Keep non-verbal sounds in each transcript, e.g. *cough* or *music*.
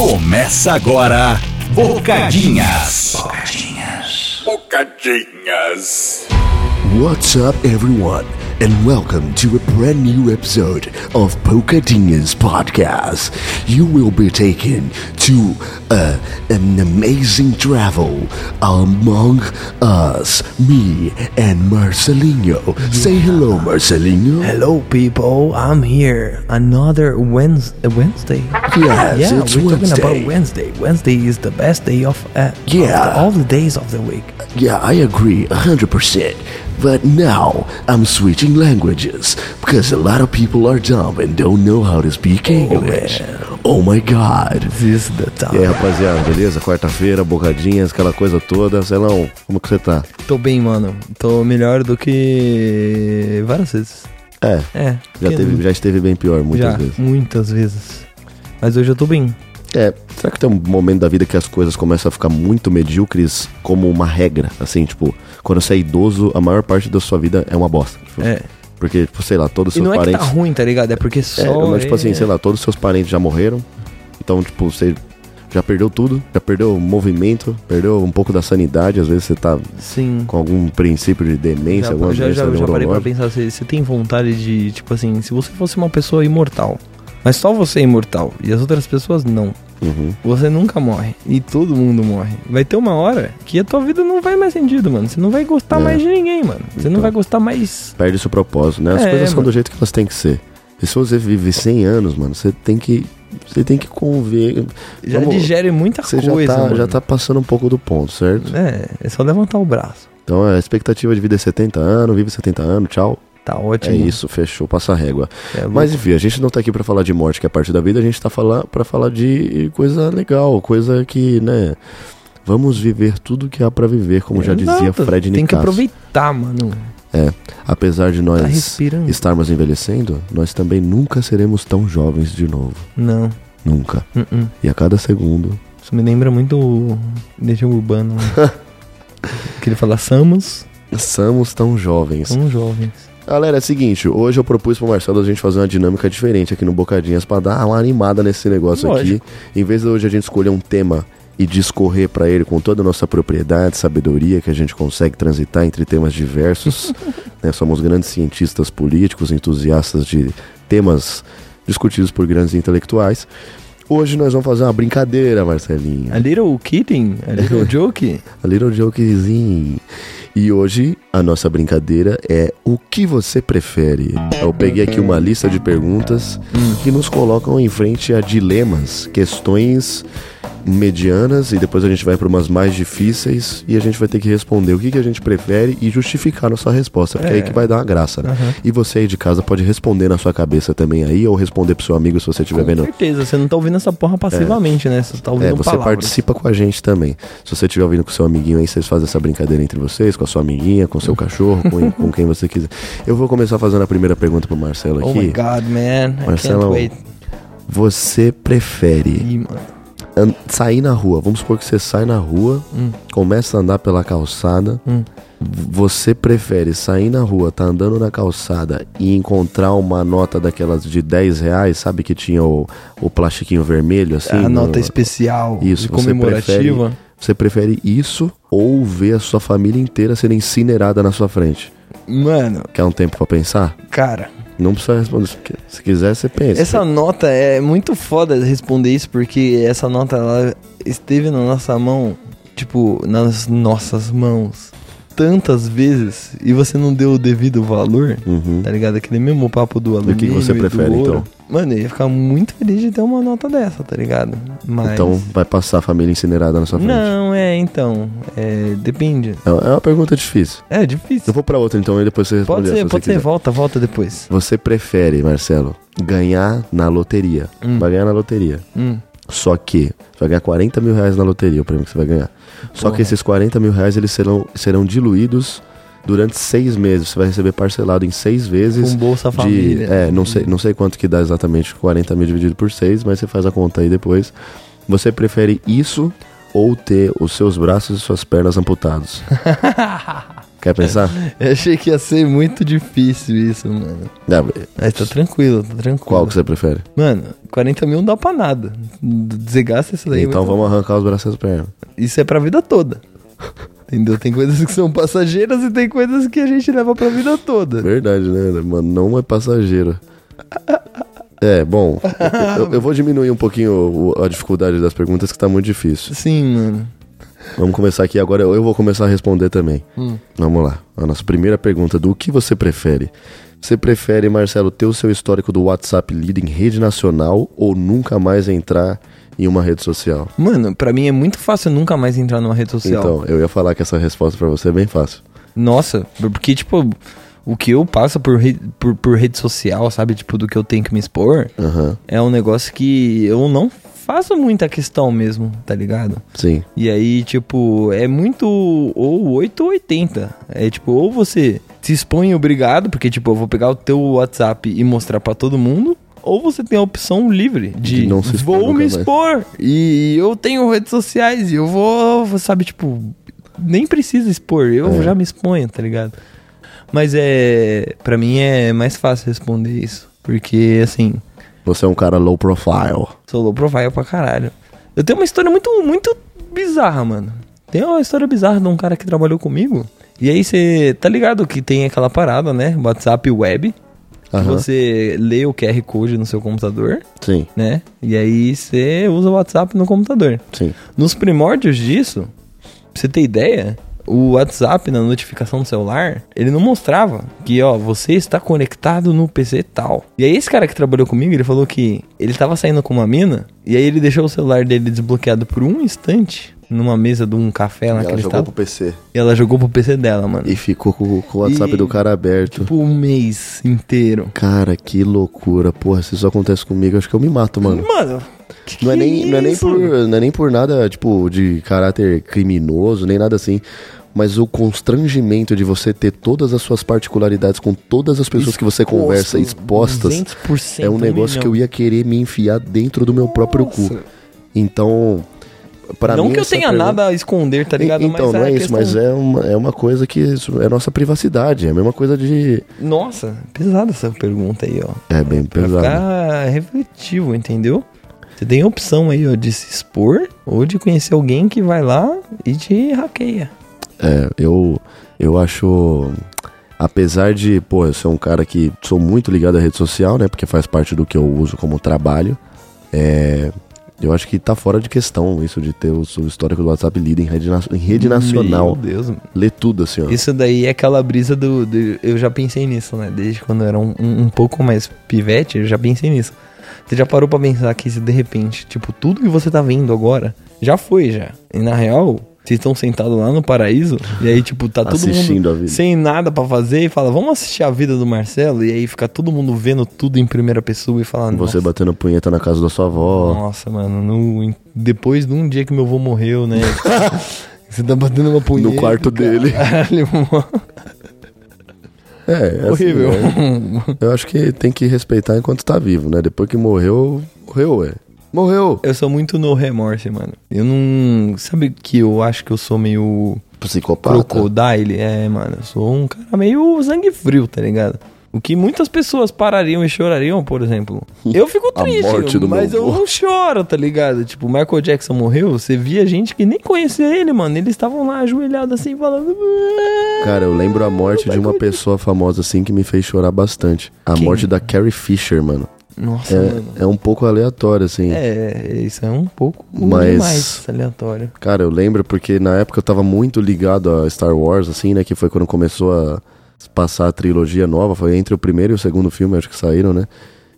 Começa agora, Bocadinhas. Bocadinhas. Bocadinhas. What's up, everyone, and welcome to a brand new episode of Pocadinhas Podcast. You will be taken to uh, an amazing travel among us, me and Marcelinho. Say hello, Marcelinho. Hello, people. I'm here. Another Wednesday. Wednesday? Yes, yeah, it's we're talking Wednesday. about Wednesday. Wednesday is the best day of, uh, of Yeah. the- all the days of the week. Yeah, I agree 100%. But now I'm switching languages because a lot of people are dumb and don't know how to speak English. Oh my god. This is the time. E aí, rapaziada, beleza? Quarta-feira, bocadinhas, aquela coisa toda. Celão, como que você tá? Tô bem, mano. Tô melhor do que várias vezes. É, É. já, porque- teve, já esteve bem pior muitas já, vezes. Muitas vezes. Mas hoje eu tô bem. É, será que tem um momento da vida que as coisas começam a ficar muito medíocres como uma regra? Assim, tipo, quando você é idoso, a maior parte da sua vida é uma bosta. Tipo, É. Porque, tipo, sei lá, todos os E seus não é que tá parentes. ruim, tá ligado? É porque só. É, mas, tipo é- assim, sei lá, todos os seus parentes já morreram. Então, tipo, você já perdeu tudo, já perdeu o movimento, perdeu um pouco da sanidade. Às vezes você tá Sim. com algum princípio de demência, Já, alguma já, doença já, já parei pra neurológica. pensar, você, você tem vontade de, tipo assim, se você fosse uma pessoa imortal, mas só você é imortal e as outras pessoas não, Uhum. você nunca morre e todo mundo morre. Vai ter uma hora que a tua vida não vai mais sentido, mano. Você não vai gostar É. mais de ninguém, mano. Você não Então. vai gostar mais. perde seu propósito, né? As É, coisas são mano. do jeito que elas têm que ser. E se você vive 100 anos, mano, você tem que você tem que conviver. Já Vamos- digere muita Você já coisa. tá, mano. já tá passando um pouco do ponto, certo? É, é só levantar o braço. Então a expectativa de vida é 70 anos, vive 70 anos, tchau. Tá É ótimo. isso, fechou, passa a régua. É, Mas enfim, a gente não tá aqui pra falar de morte, que é parte da vida, a gente tá falar, pra falar de coisa legal, coisa que, né? Vamos viver tudo que há pra viver, como já É, Exato. dizia Fred Tem que Nicasso. aproveitar, mano. Apesar de Tá nós respirando. estarmos envelhecendo, nós também nunca seremos tão jovens de novo. Não. Nunca. Uh -uh. E a cada segundo. Isso me lembra muito o Legião Urbano. *laughs* né? que ele fala, somos, Somos tão jovens. somos jovens. Galera, é o seguinte, hoje eu propus pro Marcelo a gente fazer uma dinâmica diferente aqui no Bocadinhas pra dar uma animada nesse negócio Lógico. aqui. Em vez de hoje a gente escolher um tema e discorrer pra ele com toda a nossa propriedade, sabedoria que a gente consegue transitar entre temas diversos. né? Somos grandes cientistas políticos, entusiastas de temas discutidos por grandes intelectuais. Hoje nós vamos fazer uma brincadeira, Marcelinho. A little kidding, a *laughs* little joke. A Little Jokezinho. E hoje a nossa brincadeira é o que você prefere. Eu peguei aqui uma lista de perguntas que nos colocam em frente a dilemas, questões medianas e depois a gente vai para umas mais difíceis e a gente vai ter que responder o que, que a gente prefere e justificar nossa resposta, porque é. aí que vai dar uma graça, né? E você aí de casa pode responder na sua cabeça também aí ou responder pro seu amigo se você estiver vendo Com certeza, você não tá ouvindo essa porra passivamente, né? Você tá ouvindo é, você palavras. participa com a gente também. Se você estiver ouvindo com seu amiguinho aí, vocês fazem essa brincadeira entre vocês, com a sua amiguinha, com seu cachorro, *laughs* com, com quem você quiser. Eu vou começar fazendo a primeira pergunta pro Marcelo Oh my aqui. god, man. Marcelão. I can't wait. você prefere Ih, mano. an- sair na rua? Vamos supor que você sai na rua, Hum. começa a andar pela calçada. V- Você prefere sair na rua, tá andando na calçada e encontrar uma nota daquelas de 10 reais, sabe que tinha o, o plastiquinho vermelho assim? a no- nota especial Isso, e você comemorativa. prefere, você prefere isso ou ver a sua família inteira sendo incinerada na sua frente? Mano, Quer um tempo pra pensar? cara, Não precisa responder isso, porque se quiser você pensa. essa nota é muito foda responder isso, porque essa nota ela esteve na nossa mão, tipo, nas nossas mãos tantas vezes e você não deu o devido valor. Uhum. Tá ligado? Aquele mesmo papo do alumínio que você e do prefere, então? ouro. Mano, eu ia ficar muito feliz de ter uma nota dessa, tá ligado? Mas... Então vai passar a família incinerada na sua frente. Não, é, então. É, depende. É é uma pergunta difícil. É Eu difícil. vou pra outra então e depois você responde Pode essa, ser, se pode você ser. quiser. Volta, volta depois. Você prefere, Marcelo, ganhar na loteria. Vai ganhar na loteria. Hum. Só que você vai ganhar 40 mil reais na loteria, o prêmio que você vai ganhar. Só que esses 40 mil reais eles serão, serão diluídos durante seis meses. Você vai receber parcelado em seis vezes. Com Bolsa de, Família. é, não sei, não sei quanto que dá exatamente 40 mil dividido por seis, mas você faz a conta aí depois. Você *laughs* prefere isso ou ter os seus braços e suas pernas amputados? Quer pensar? Eu achei que ia ser muito difícil isso, mano. Não, Mas tá tranquilo, tá tranquilo. qual que você prefere? Mano, 40 mil não dá pra nada. Desgasta isso daí. Então vai- vamos arrancar os braços e as pernas. Isso é pra vida toda. Entendeu? Tem coisas que são passageiras e tem coisas que a gente leva pra vida toda. Verdade, né, mano? Não é passageiro. É, bom, eu, eu vou diminuir um pouquinho o- a dificuldade das perguntas, que tá muito difícil. Sim, mano. Vamos começar aqui agora, eu vou começar a responder também. Vamos lá. A nossa primeira pergunta, do que você prefere? Você prefere, Marcelo, ter o seu histórico do WhatsApp lido em rede nacional ou nunca mais entrar em uma rede social? Mano, pra mim é muito fácil eu nunca mais entrar numa rede social. Então, eu ia falar que essa resposta pra você é bem fácil. Nossa, porque, tipo, o que eu passo por, re- por, por rede social, sabe? Tipo, do que eu tenho que me expor, Aham, é um negócio que eu não faço muita questão mesmo, tá ligado? sim. E aí, tipo, é muito ou 8 ou 80. É tipo, ou você se expõe obrigado, porque, tipo, eu vou pegar o teu WhatsApp e mostrar pra todo mundo. Ou você tem a opção livre de, De não se expor vou nunca me mais." expor e eu tenho redes sociais e eu vou, sabe, tipo, nem precisa expor, eu É. já me exponho, tá ligado? Mas é, Pra mim é mais fácil responder isso, porque assim, Você é um cara low profile. Sou low profile pra caralho. Eu tenho uma história muito, muito bizarra, mano. Tem uma história bizarra de um cara que trabalhou comigo. E aí você tá ligado que tem aquela parada, né? WhatsApp web. Que Aham. você lê o QR Code no seu computador, Sim, né? E aí você usa o WhatsApp no computador. sim. Nos primórdios disso, pra você ter ideia, o WhatsApp na notificação do celular, ele não mostrava que, ó, você está conectado no PC tal. E aí esse cara que trabalhou comigo, ele falou que ele tava saindo com uma mina, e aí ele deixou o celular dele desbloqueado por um instante numa mesa de um café lá que ele estava. PC. E ela jogou pro PC dela, mano. E ficou com, com o WhatsApp E- do cara aberto. Tipo, um mês inteiro. Cara, que loucura. Porra, se isso acontece comigo, eu acho que eu me mato, mano. Mano, que Não é, nem, não, é nem isso? por, não é nem por nada, tipo, de caráter criminoso, nem nada assim. Mas o constrangimento de você ter todas as suas particularidades com todas as pessoas que você Exposto, conversa expostas 200%, é um um negócio que eu milhão. ia querer me enfiar dentro do meu próprio cu. Nossa. Então, para mim. Não que eu essa é tenha pergunta- nada a esconder, tá ligado? Então, não a é isso, questão- mas é uma, é uma coisa que isso- é nossa privacidade. É a mesma coisa de. Nossa, pesada essa pergunta aí, ó. É bem Pra pesado. ficar refletivo, entendeu? Você tem a opção aí, ó, de se expor ou de conhecer alguém que vai lá e te hackeia. É, eu, eu acho. Apesar de, pô, eu ser um cara que sou muito ligado à rede social, né? Porque faz parte do que eu uso como trabalho. É, eu acho que tá fora de questão isso de ter o seu histórico do WhatsApp lido em rede, na- em rede nacional. Meu Deus, mano. Lê tudo, assim, ó. Isso daí é aquela brisa do, do- Eu já pensei nisso, né? Desde quando eu era um, um- um pouco mais pivete, eu já pensei nisso. Você já parou pra pensar que se de repente, tipo, tudo que você tá vendo agora já foi já. E na real, vocês estão sentados lá no paraíso, e aí, tipo, tá todo Assistindo mundo a vida. sem nada pra fazer e fala, vamos assistir a vida do Marcelo, e aí fica todo mundo vendo tudo em primeira pessoa e falando. Você nossa, batendo punheta na casa da sua avó. nossa, mano, no- depois de um dia que meu avô morreu, né? *laughs* você tá batendo uma punheta. No quarto cara. *laughs* dele. Caralho, mano. É, é assim, Horrível. né? *laughs* Eu acho que tem que respeitar enquanto tá vivo, né? Depois que morreu, morreu, é. Morreu! Eu sou muito no remorso, mano. Eu não. Sabe que eu acho que eu sou meio. Psicopata. Crocodile? É, mano. Eu sou um cara meio sangue frio, tá ligado? O que muitas pessoas parariam e chorariam, por *laughs* exemplo. Eu fico A triste, morte do mas meu eu avô. não choro, tá ligado? Tipo, o Michael Jackson morreu, você via gente que nem conhecia ele, mano. Eles estavam lá ajoelhados assim, falando. "Ah, Cara, eu lembro a morte de uma pessoa famosa assim que me fez chorar bastante. A Quem? morte da Carrie Fisher, mano. Nossa, mano. É, é um pouco aleatório, assim. É, isso é um pouco Mas- demais aleatório. Cara, eu lembro porque na época eu tava muito ligado a Star Wars, assim, né? Que foi quando começou a passar a trilogia nova. Foi entre o primeiro e o segundo filme, acho que saíram, né?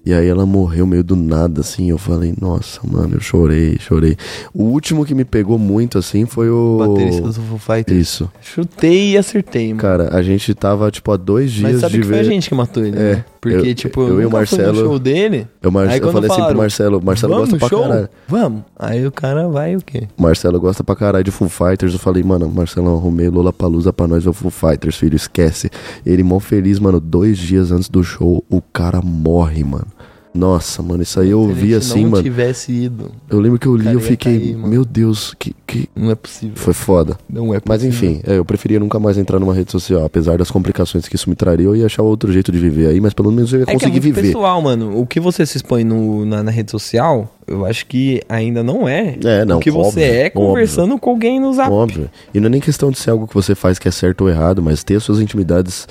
E aí ela morreu meio do nada, assim. Eu falei, nossa, mano, eu chorei, chorei. O último que me pegou muito, assim, foi o. Baterista do Foo Fighters. Isso. Chutei e acertei, mano. Cara, a gente tava, tipo, há dois dias Mas sabe de que ver. foi a gente que matou ele, É, né? Porque, eu- tipo, eu e o nunca fui Marcelo- no show dele. Eu, Mar- Aí eu quando falei assim pro falaram, Marcelo, Marcelo Vamos gosta no pra show? caralho. Vamos. Aí o cara vai o quê? Marcelo gosta pra caralho de Foo Fighters. Eu falei, mano, Marcelo, arrumei Lula Palusa pra nós ver o Foo Fighters, filho, esquece. Ele mó feliz, mano, dois dias antes do show, o cara morre, mano. Nossa, mano, isso aí eu Se a ouvi gente assim, não mano. tivesse ido, Eu lembro que eu li e Cara, eu ia fiquei, cair, mano. meu Deus, que, que. não é possível. Foi foda. Não é possível. Mas enfim, é, eu preferia nunca mais entrar numa rede social, apesar das complicações que isso me traria, eu ia achar outro jeito de viver aí, mas pelo menos eu ia É que é conseguir muito viver. pessoal, mano. O que você se expõe no- na, na rede social, eu acho que ainda não é. É, não, O que você óbvio, é conversando com alguém no zap. Óbvio. E não é nem questão de ser algo que você faz que é certo ou errado, mas ter suas intimidades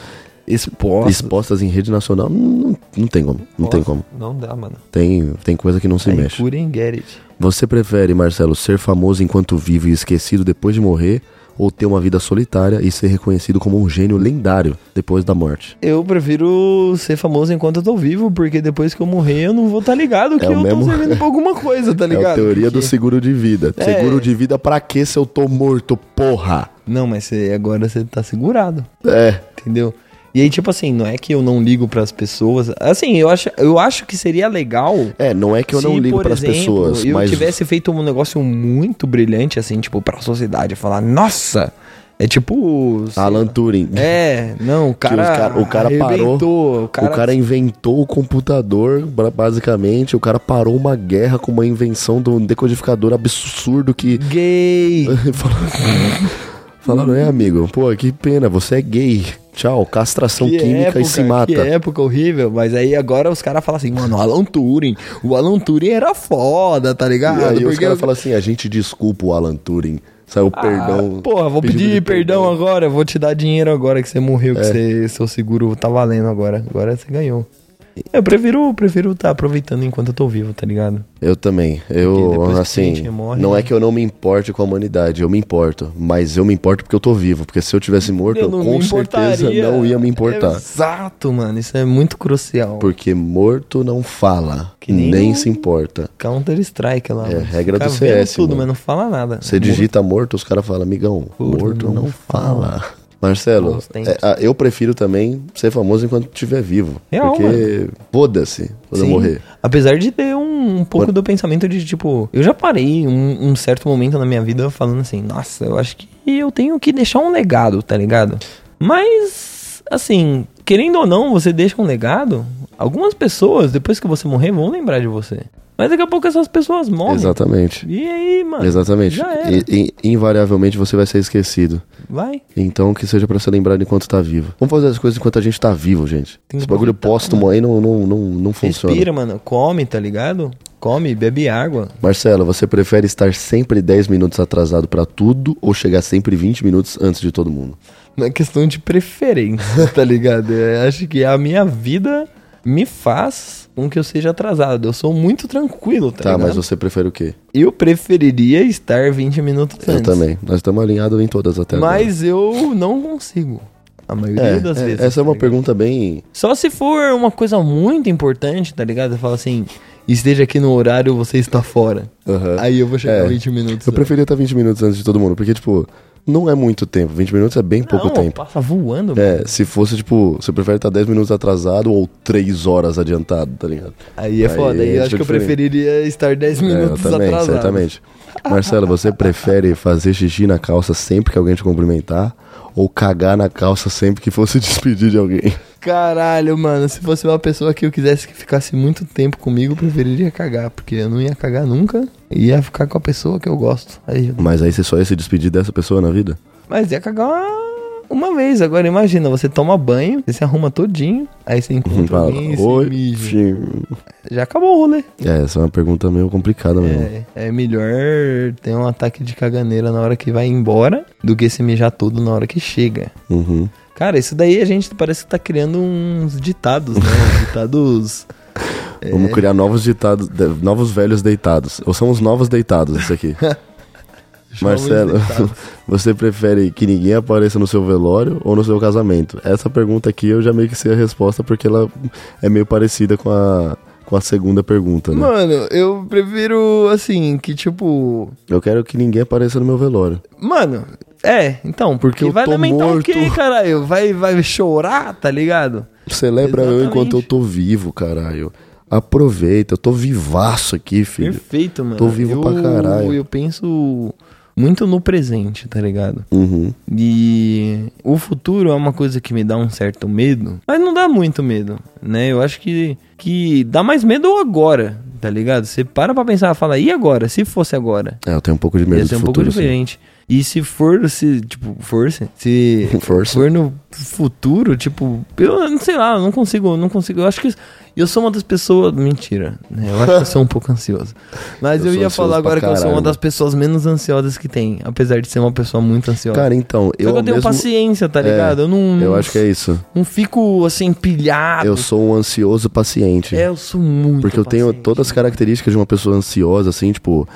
Exposto. expostas em rede nacional, não, não tem como. Não tem como. Não dá, mano. Tem, tem coisa que não se I mexe. couldn't get it. Você prefere, Marcelo, ser famoso enquanto vivo e esquecido depois de morrer, ou ter uma vida solitária e ser reconhecido como um gênio lendário depois da morte? Eu prefiro ser famoso enquanto eu tô vivo, porque depois que eu morrer eu não vou tá ligado que É o eu mesmo- tô servindo pra alguma coisa, tá ligado? *laughs* é a teoria do Porque- seguro de vida. É. Seguro de vida pra quê se eu tô morto, porra? Não, mas você- agora você tá segurado. É, Entendeu? E aí, tipo assim, não é que eu não ligo pras pessoas. Assim, eu acho, eu acho que seria legal. é, não é que eu não se, ligo por pras exemplo, pessoas, eu mas tivesse feito um negócio muito brilhante, assim, tipo, pra sociedade, falar, nossa! É tipo. sei Alan lá. Turing. É, não, o Ah, Que os cara. cara- o cara parou, arrebentou, O cara, O cara inventou o computador, ba- basicamente. O cara parou uma guerra com uma invenção de um decodificador absurdo que. gay. Falaram- Falaram, é, amigo, pô, que pena, você é gay. Tchau, castração química e se mata. Que época horrível, mas aí agora os caras falam assim, mano, o Alan Turing, o Alan Turing era foda, tá ligado? E aí os Porque- caras falam assim: a gente desculpa o Alan Turing. Saiu Ah, perdão. Porra, vou pedido pedir de É. perdão, agora, vou te dar dinheiro agora que você morreu, que você- seu seguro tá valendo agora. Agora você ganhou. Eu prefiro, prefiro tá aproveitando enquanto eu tô vivo, tá ligado? Eu também. Porque Eu, depois que a assim, gente morre, não é né? que eu não me importe com a humanidade, eu me importo. Mas eu me importo porque eu tô vivo. Porque se eu tivesse morto, eu, não com me certeza importaria. É não ia me importar. Exato, mano, isso é muito crucial. Porque morto não fala, Que nem um nem o- se importa. Counter Strike lá. É, mano. regra do Fica vendo CS, tudo, mano. mas não fala nada. Você digita morto, os caras falam, amigão, Morto morto não, não fala. Marcelo, Bons tempos. é, ah, eu prefiro também ser famoso enquanto estiver vivo. Real, porque foda-se quando É eu Sim. morrer. Apesar de ter um, um pouco Quando- do pensamento de, tipo, eu já parei um, um certo momento na minha vida falando assim, nossa, eu acho que eu tenho que deixar um legado, tá ligado? Mas, assim, querendo ou não, você deixa um legado, algumas pessoas, depois que você morrer, vão lembrar de você. Mas daqui a pouco essas pessoas morrem. Exatamente. E aí, mano? Exatamente. Já era. E- e- invariavelmente você vai ser esquecido. Vai. Então que seja pra ser lembrado enquanto tá vivo. Vamos fazer as coisas enquanto a gente tá vivo, gente. Tem que Esse bagulho aproveitar, póstumo aí não, não, não, não funciona. Respira, mano. Come, tá ligado? Come, bebe água. Marcelo, você prefere estar sempre 10 minutos atrasado pra tudo ou chegar sempre 20 minutos antes de todo mundo? Não é questão de preferência, tá ligado? Eu acho que a minha vida me faz com que eu seja atrasado. Eu sou muito tranquilo, tá, Tá, ligado? mas você prefere o quê? Eu preferiria estar 20 minutos antes. Eu também. Nós estamos alinhados em todas até agora. Mas eu não consigo. A maioria É, das é, vezes. essa é tá uma ligado? pergunta bem. Só se for uma coisa muito importante, tá ligado? Fala assim, esteja aqui no horário, você está fora. Aham. Aí eu vou chegar É. 20 minutos. Eu preferia estar 20 minutos antes de todo mundo, porque, tipo, não é muito tempo. 20 minutos é bem não, pouco tempo. passa voando. mano. É, se fosse, tipo, você prefere estar 10 minutos atrasado ou 3 horas adiantado, tá ligado? Aí é Aí foda. Aí, é eu acho que eu diferente. preferiria estar 10 minutos é, eu também, atrasado. certamente. Marcelo, você prefere fazer xixi na calça sempre que alguém te cumprimentar? Ou cagar na calça sempre que fosse *laughs* despedir de alguém? Caralho, mano, se fosse uma pessoa que eu quisesse que ficasse muito tempo comigo, eu preferiria cagar, porque eu não ia cagar nunca e ia ficar com a pessoa que eu gosto. Aí eu- Mas aí você só ia se despedir dessa pessoa na vida? Mas ia cagar uma, uma vez. Agora imagina, você toma banho, você se arruma todinho, aí você encontra Fala, alguém e Oi, você mija. filho." Já acabou o rolê. É, essa é uma pergunta meio complicada mesmo. É, é melhor ter um ataque de caganeira na hora que vai embora do que se mijar todo na hora que chega. Uhum. Cara, isso daí a gente parece que tá criando uns ditados, né? Uns ditados. É. Vamos criar novos ditados, de- novos velhos deitados. Ou são os novos deitados, *laughs* isso aqui. *laughs* Marcelo, você prefere que ninguém apareça no seu velório ou no seu casamento? Essa pergunta aqui eu já meio que sei a resposta porque ela é meio parecida com a, com a segunda pergunta, né? Mano, eu prefiro, assim, que tipo. Eu quero que ninguém apareça no meu velório. Mano, é, então, porque eu vai tô lamentar morto. o quê, *laughs* caralho? Vai, vai chorar, tá ligado? Celebra eu Exatamente. enquanto eu tô vivo, caralho. Aproveita, eu tô vivaço aqui, filho. Perfeito, mano. Tô vivo eu, pra caralho. Eu penso muito no presente, tá ligado? Uhum. E o futuro é uma coisa que me dá um certo medo, mas não dá muito medo, né? Eu acho que, que dá mais medo agora, tá ligado? Você para pra pensar, fala, e agora? Se fosse agora? É, eu tenho um pouco de medo Ia do ser um pouco futuro. assim. sim. diferente. E se for, se, tipo, for, se, se *laughs* Força. for no futuro, tipo, eu não sei lá, eu não consigo, eu não consigo. Eu acho que eu sou uma das pessoas. Mentira, né? Eu acho que eu sou um pouco ansioso. Mas Eu eu, sou ia ansioso falar pra agora que eu sou caralho, uma mano. das pessoas menos ansiosas que tem, apesar de ser uma pessoa muito ansiosa. Cara, então, Só eu, que eu ao tenho mesmo... paciência, tá É, ligado? eu não, Eu não- acho que é isso. não fico assim, pilhado. Eu sou um ansioso paciente. É, eu sou muito. Porque eu tenho paciente. né? todas as características de uma pessoa ansiosa, assim, tipo,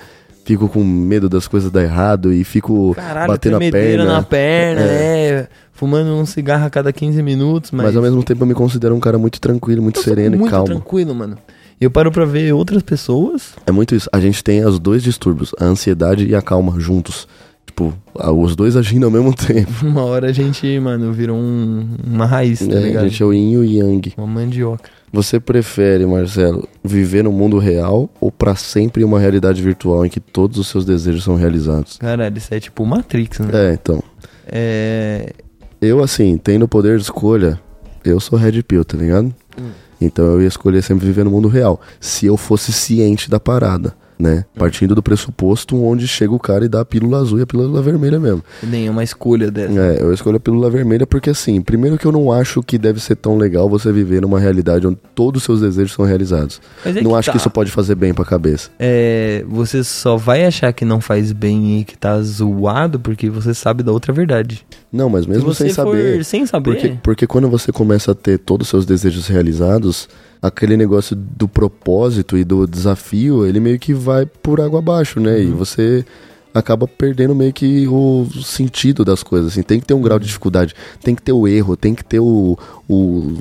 fico com medo das coisas dar errado e fico Caralho, né? batendo a tremedeira perna. na perna, é. Fumando um cigarro a cada 15 minutos, mas. Mas... ao mesmo tempo eu me considero um cara muito tranquilo, muito eu sou sereno muito e calmo. tranquilo, mano. Eu paro pra ver outras pessoas. *laughs* É muito isso. A gente tem os dois distúrbios, a ansiedade e a calma juntos. Tipo, a- os dois agindo ao mesmo *laughs* tempo. Uma hora a gente, mano, virou um- uma raiz, tá É, ligado? gente, é o yin e o yang. Uma mandioca. Você prefere, Marcelo, viver no mundo real ou pra sempre em uma realidade virtual em que todos os seus desejos são realizados? Caralho, isso é tipo Matrix, né? É, então. É. Eu, assim, tendo poder de escolha, eu sou Red Pill, tá ligado? Hum. Então eu ia escolher sempre viver no mundo real. Se eu fosse ciente da parada, né? Partindo do pressuposto onde chega o cara e dá a pílula azul e a pílula vermelha mesmo. Nenhuma escolha dessa. É, eu escolho a pílula vermelha porque, assim, primeiro que eu não acho que deve ser tão legal você viver numa realidade onde todos os seus desejos são realizados. Mas é não que acho tá. que isso pode fazer bem pra cabeça. É, você só vai achar que não faz bem e que tá zoado porque você sabe da outra verdade. Não, mas mesmo Se você sem saber. for sem saber. Porque, porque quando você começa a ter todos os seus desejos realizados, aquele negócio do propósito e do desafio, ele meio que vai por água abaixo, né? Uhum. E você acaba perdendo meio que o sentido das coisas, assim. Tem que ter um grau de dificuldade, tem que ter o erro, tem que ter o... o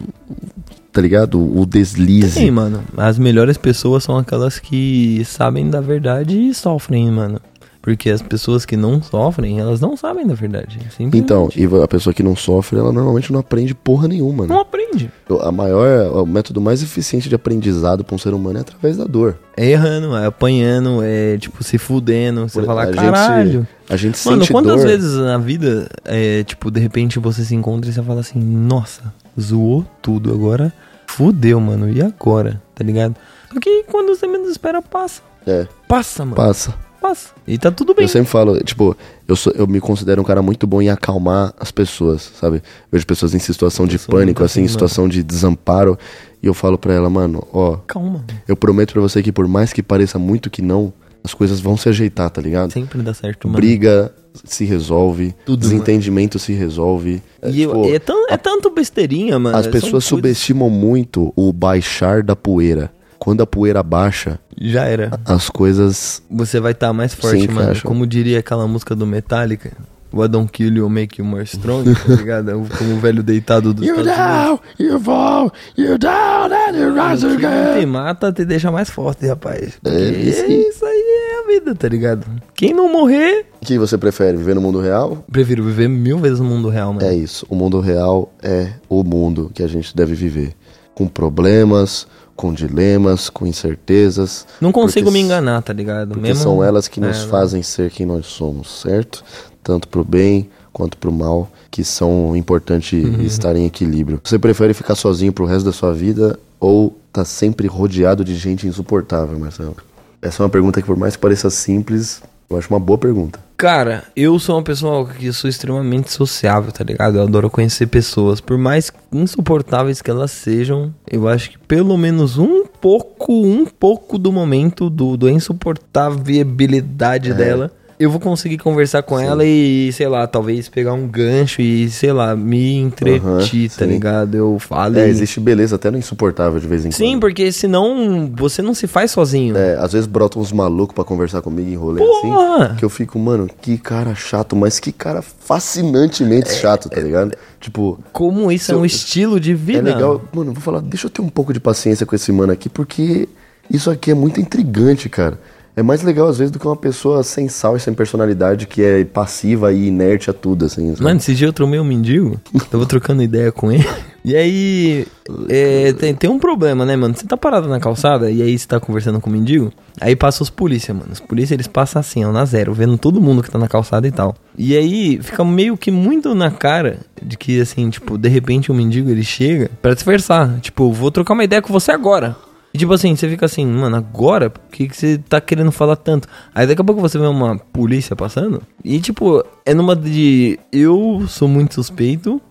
tá ligado? O deslize. Sim, mano. As melhores pessoas são aquelas que sabem da verdade e sofrem, mano. Porque as pessoas que não sofrem, elas não sabem da é verdade. Simplesmente. Então, e a pessoa que não sofre, ela normalmente não aprende porra nenhuma, Não né? aprende. A maior, o método mais eficiente de aprendizado para um ser humano é através da dor. É errando, é apanhando, é tipo se fudendo. Você Por- fala, a gente- caralho. a gente sente Mano, quantas dor. vezes na vida, é, tipo, de repente você se encontra e você fala assim, nossa, zoou tudo agora. Fudeu, mano. E agora? Tá ligado? Só que quando você menos espera, passa. É, Passa, mano. passa. Passa. E tá tudo bem. Eu sempre falo, tipo, eu, sou, eu me considero um cara muito bom em acalmar as pessoas, sabe? Vejo pessoas em situação de sou muito pânico, assim, assim, em mano. situação de desamparo, e eu falo pra ela, mano, ó, Calma, mano. eu prometo pra você que por mais que pareça muito que não, as coisas vão se ajeitar, tá ligado? Sempre dá certo, mano. Briga se resolve, Tudo, desentendimento se resolve. É, E eu- tipo, é, tão- é tanto besteirinha, mano. É um as São pessoas coisas- subestimam muito o baixar da poeira. Quando a poeira baixa, Já era. as coisas Você vai estar mais forte, Sim, mano. fecham. Como diria aquela música do Metallica. What don't kill you make you more strong, tá *laughs* ligado? Como o velho deitado do You down, you fall, you down and you rise again. Te mata, te deixa mais forte, rapaz. Porque É, isso isso, aí. aí é a vida, tá ligado? Quem não morrer, O que você prefere, viver no mundo real? prefiro viver mil vezes no mundo real, mano. É isso, o mundo real é o mundo que a gente deve viver. Com problemas, com dilemas, com incertezas. não consigo porque- me enganar, tá ligado? Porque são elas que nos é, fazem ser quem nós somos, certo? Tanto pro bem quanto pro mal, que são importantes Uhum. estar em equilíbrio. Você prefere ficar sozinho pro resto da sua vida ou tá sempre rodeado de gente insuportável, Marcelo? Essa é uma pergunta que, por mais que pareça simples, eu acho uma boa pergunta. Cara, eu sou uma pessoa que sou extremamente sociável, tá ligado? Eu adoro conhecer pessoas. Por mais insuportáveis que elas sejam, eu acho que pelo menos um pouco, um pouco do momento do, do insuportabilidade É. dela, eu vou conseguir conversar com ela e, sei lá, talvez pegar um gancho e, sei lá, me Aham, entretir, tá sim. ligado? Eu falo. É, e- existe beleza até no insuportável de vez em quando. Sim, porque senão você não se faz sozinho. É, às vezes brotam uns malucos pra conversar comigo em rolê Porra! assim. Que eu fico, mano, que cara chato, mas que cara fascinantemente É, chato, tá ligado? Tipo, Como isso é um Seu- estilo de vida. é legal. Mano, eu vou falar, deixa eu ter um pouco de paciência com esse mano aqui, porque isso aqui é muito intrigante, cara. É mais legal às vezes do que uma pessoa sem sal e sem personalidade que é passiva e inerte a tudo, assim. sabe? *laughs* Mano, esse dia eu tromei um mendigo, tava trocando ideia com ele. E aí, é, tem, tem um problema, né, mano? Você tá parado na calçada e aí você tá conversando com o mendigo, aí passa os polícia, mano. Os polícia, eles passam assim, ó, na zero, vendo todo mundo que tá na calçada e tal. E aí, fica meio que muito na cara de que, assim, tipo, de repente o mendigo, ele chega pra dispersar. Tipo, vou trocar uma ideia com você agora. E tipo assim, você fica assim, mano, agora? Por que, que você tá querendo falar tanto? Aí daqui a pouco você vê uma polícia passando. E tipo, é numa de. Eu sou muito suspeito.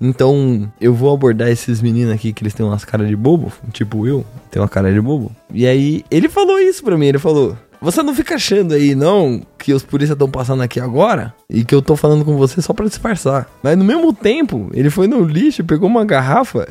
Então eu vou abordar esses meninos aqui que eles têm umas caras de bobo. Tipo eu, tenho uma cara de bobo. E aí ele falou isso pra mim, ele falou. Você não fica achando aí, não, que os polícias estão passando aqui agora e que eu tô falando com você só pra disfarçar. Mas no mesmo tempo, ele foi no lixo, pegou uma garrafa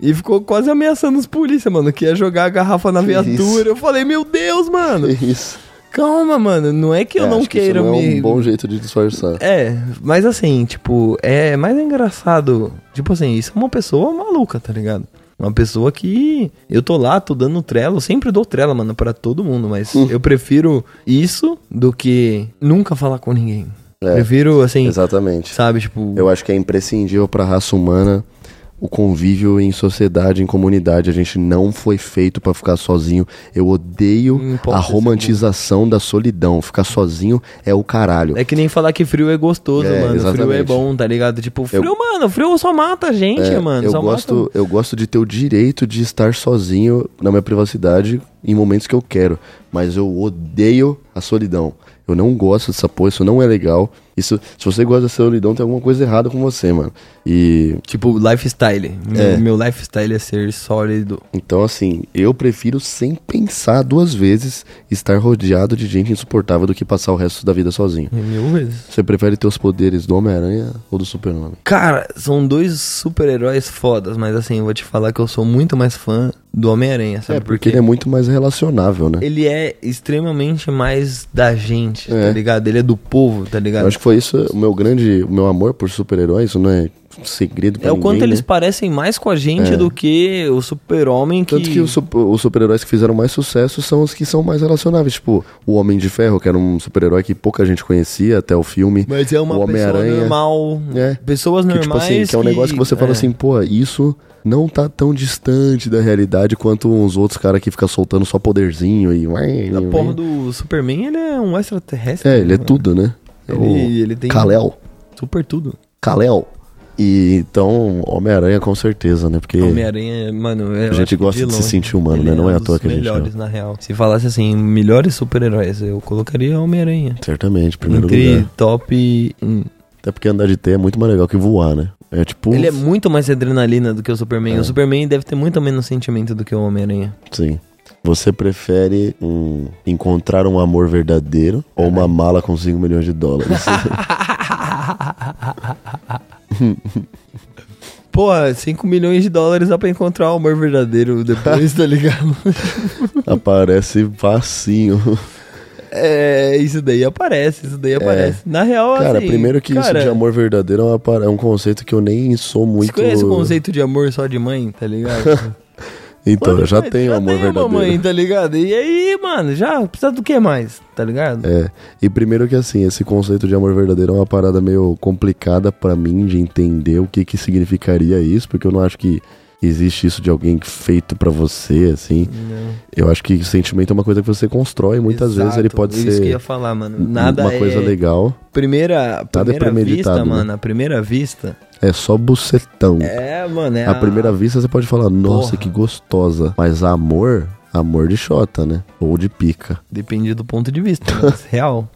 e ficou quase ameaçando os polícias, mano, que ia jogar a garrafa na Que viatura. isso? Eu falei, meu Deus, mano, É Isso. calma, mano, não é que eu É, não acho que isso queira não me. É um bom jeito de disfarçar. É, mas assim, tipo, é mais engraçado. Tipo assim, isso é uma pessoa maluca, tá ligado? Uma pessoa que eu tô lá, tô dando trela, eu sempre dou trela, mano, pra todo mundo, mas Hum. eu prefiro isso do que nunca falar com ninguém. É, prefiro, assim, Exatamente. sabe, tipo, Eu acho que é imprescindível para a raça humana o convívio em sociedade, em comunidade. A gente não foi feito para ficar sozinho. Eu odeio Não importa a esse romantização da solidão. Ficar sozinho é o caralho. é que nem falar que frio é gostoso, É, mano. Frio é exatamente. bom, tá ligado? Tipo, frio, mano, frio só mata a gente, É, mano. eu só mata... gosto, eu gosto de ter o direito de estar sozinho na minha privacidade em momentos que eu quero, mas eu odeio a solidão. Eu não gosto dessa porra, isso não é legal. Isso, se você gosta da solidão, tem alguma coisa errada com você, mano. E Tipo, lifestyle. É. Meu, meu lifestyle é ser sólido. Então, assim, eu prefiro sem pensar duas vezes estar rodeado de gente insuportável do que passar o resto da vida sozinho. É Mil vezes. Você prefere ter os poderes do Homem-Aranha ou do Super-Homem? Cara, são dois super-heróis fodas, mas assim, eu vou te falar que eu sou muito mais fã do Homem-Aranha, sabe? É, porque ele é muito mais relacionável, né? ele é extremamente mais da gente, tá É. ligado? Ele é do povo, tá ligado? Eu acho que foi isso o meu grande, o meu amor por super-heróis, isso não é segredo pra É o ninguém, quanto eles né? É. parecem mais com a gente do que o super-homem que... Tanto que os, sup- os super-heróis que fizeram mais sucesso são os que são mais relacionáveis. Tipo, o Homem de Ferro, que era um super-herói que pouca gente conhecia até o filme. Mas é uma o pessoa Homem-Aranha. normal, É. pessoas Que, normais tipo assim, que é um negócio que você fala é. assim, pô, isso não tá tão distante da realidade quanto uns outros caras que ficam soltando só poderzinho e. A porra do Superman, ele é um extraterrestre. É, ele é né? tudo, né? É o Ele- ele tem- Kalel. Super tudo. Kalel. E então, Homem-Aranha com certeza, né? Porque. Homem-Aranha, mano, é, eu A gente acho que gosta de se longe, sentir humano, ele né? Não é à um toa dos que a gente melhores, na real. Se falasse assim, melhores super-heróis, eu colocaria Homem-Aranha. Certamente, primeiro Entre lugar. top e. hum. Até porque andar de T é muito mais legal que voar, né? É tipo. Ele é muito mais adrenalina do que o É. Superman. O Superman deve ter muito menos sentimento do que o Homem-Aranha. Sim. Você prefere um- encontrar um amor verdadeiro ou uma mala com 5 milhões de dólares? *laughs* *laughs* Porra, 5 milhões de dólares dá pra encontrar o amor verdadeiro *laughs* depois, tá ligado? Aparece facinho. É, isso daí aparece, isso daí aparece. Na real, É. Cara, assim, primeiro que cara, isso de amor verdadeiro é, uma par- é um conceito que eu nem sou muito. Você conhece o conceito de amor só de mãe, tá *laughs* ligado? Então, Mano, eu já mas tenho amor tenho verdadeiro. mamãe, tá ligado? E aí, mano, já precisa do que mais, tá ligado? É. E primeiro que assim, esse conceito de amor verdadeiro é uma parada meio complicada pra mim de entender o que que significaria isso, porque eu não acho que existe isso de alguém feito pra você, assim. Eu acho que sentimento é uma coisa que você constrói, muitas vezes ele Exato, pode isso ser Isso que eu ia falar, mano. Nada uma coisa é... legal. é Primeira, primeira premeditado, vista, né? mano, a primeira vista... É só bucetão. É, mano, é À primeira vista você pode falar, nossa, Porra. que gostosa. Mas amor, amor de chota, né? Ou de pica. Depende do ponto de vista, mas real.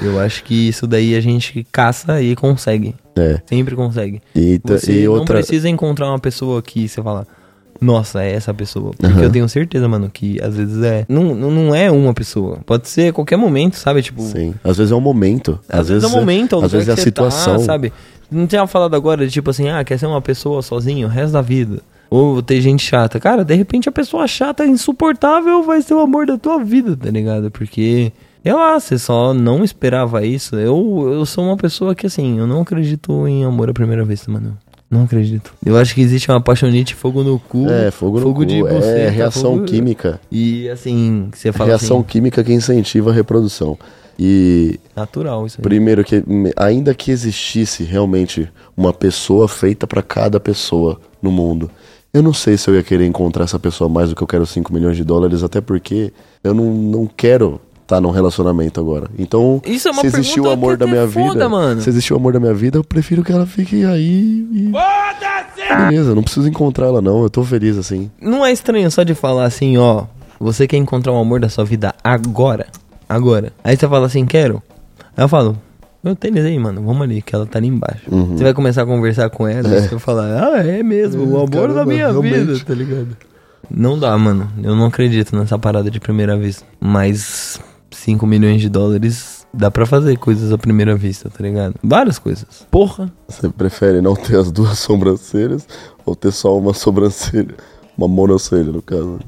Eu acho que isso daí a gente caça e consegue. É. Sempre consegue. E, ta- Você e não outra. precisa encontrar uma pessoa que você fala, nossa, é essa pessoa. Porque eu tenho certeza, mano, que às vezes é. Não, não não é uma pessoa. Pode ser qualquer momento, sabe? Tipo, Sim. Às vezes é um momento. Às, vezes, é tá, o momento, Às vezes é a situação. sabe? Não tinha falado agora de tipo assim, ah, quer ser uma pessoa sozinho o resto da vida. Ou ter gente chata. Cara, de repente a pessoa chata, insuportável, vai ser o amor da tua vida, tá ligado? Porque, sei lá, você só não esperava isso. Eu, eu sou uma pessoa que, assim, eu não acredito em amor à primeira vista, mano. Não acredito. Eu acho que existe uma apaixonite fogo no cu. É, fogo no cu. de buceta, é reação fogo- química. E assim, você fala Reação assim, química que incentiva a reprodução. E natural isso aí. Primeiro que me- ainda que existisse realmente uma pessoa feita pra cada pessoa no mundo, eu não sei se eu ia querer encontrar essa pessoa mais do que eu quero 5 milhões de dólares, até porque eu não, não quero tá num relacionamento agora. Então, Isso é uma se existiu o pergunta amor até da que minha foda, vida, mano. se existiu o amor da minha vida, eu prefiro que ela fique aí e Beleza, não preciso encontrar ela não, eu tô feliz assim. Não é estranho só de falar assim, ó. Você quer encontrar o amor da sua vida agora? Agora. Aí você fala assim, quero. Aí eu falo, meu tênis aí, mano, vamos ali, que ela tá ali embaixo. Uhum. Você vai começar a conversar com ela e você vai falar, ah, é mesmo, o amor da Caramba, minha realmente. vida, tá ligado? Não dá, mano. Eu não acredito nessa parada de primeira vista. Mas 5 milhões de dólares dá pra fazer coisas à primeira vista, tá ligado? Várias coisas. Porra. Você prefere não ter as duas *laughs* sobrancelhas ou ter só uma sobrancelha? Uma monocelha, no caso.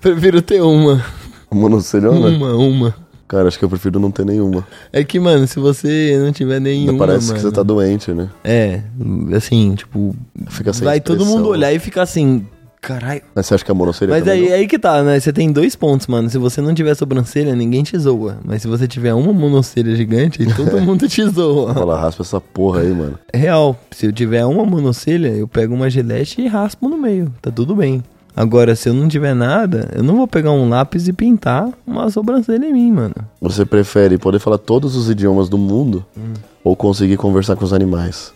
Prefiro ter uma. Monocelhona? Uma, uma. né? Cara, acho que eu prefiro não ter nenhuma. É que, mano, se você não tiver nenhuma, Ainda parece que mano, você tá doente, né? É, assim, tipo... Fica sem vai expressão. todo mundo olhar e ficar assim, caralho. Mas você acha que a monocelha Mas também aí, não? aí que tá, né? Você tem dois pontos, mano. Se você não tiver sobrancelha, ninguém te zoa. Mas se você tiver uma monocelha gigante, aí *laughs* todo mundo te zoa. É Fala, raspa essa porra aí, mano. Real, se eu tiver uma monocelha, eu pego uma gilete e raspo no meio. Tá tudo bem. Agora, se eu não tiver nada, eu não vou pegar um lápis e pintar uma sobrancelha em mim, mano. Você prefere poder falar todos os idiomas do mundo Hum. ou conseguir conversar com os animais?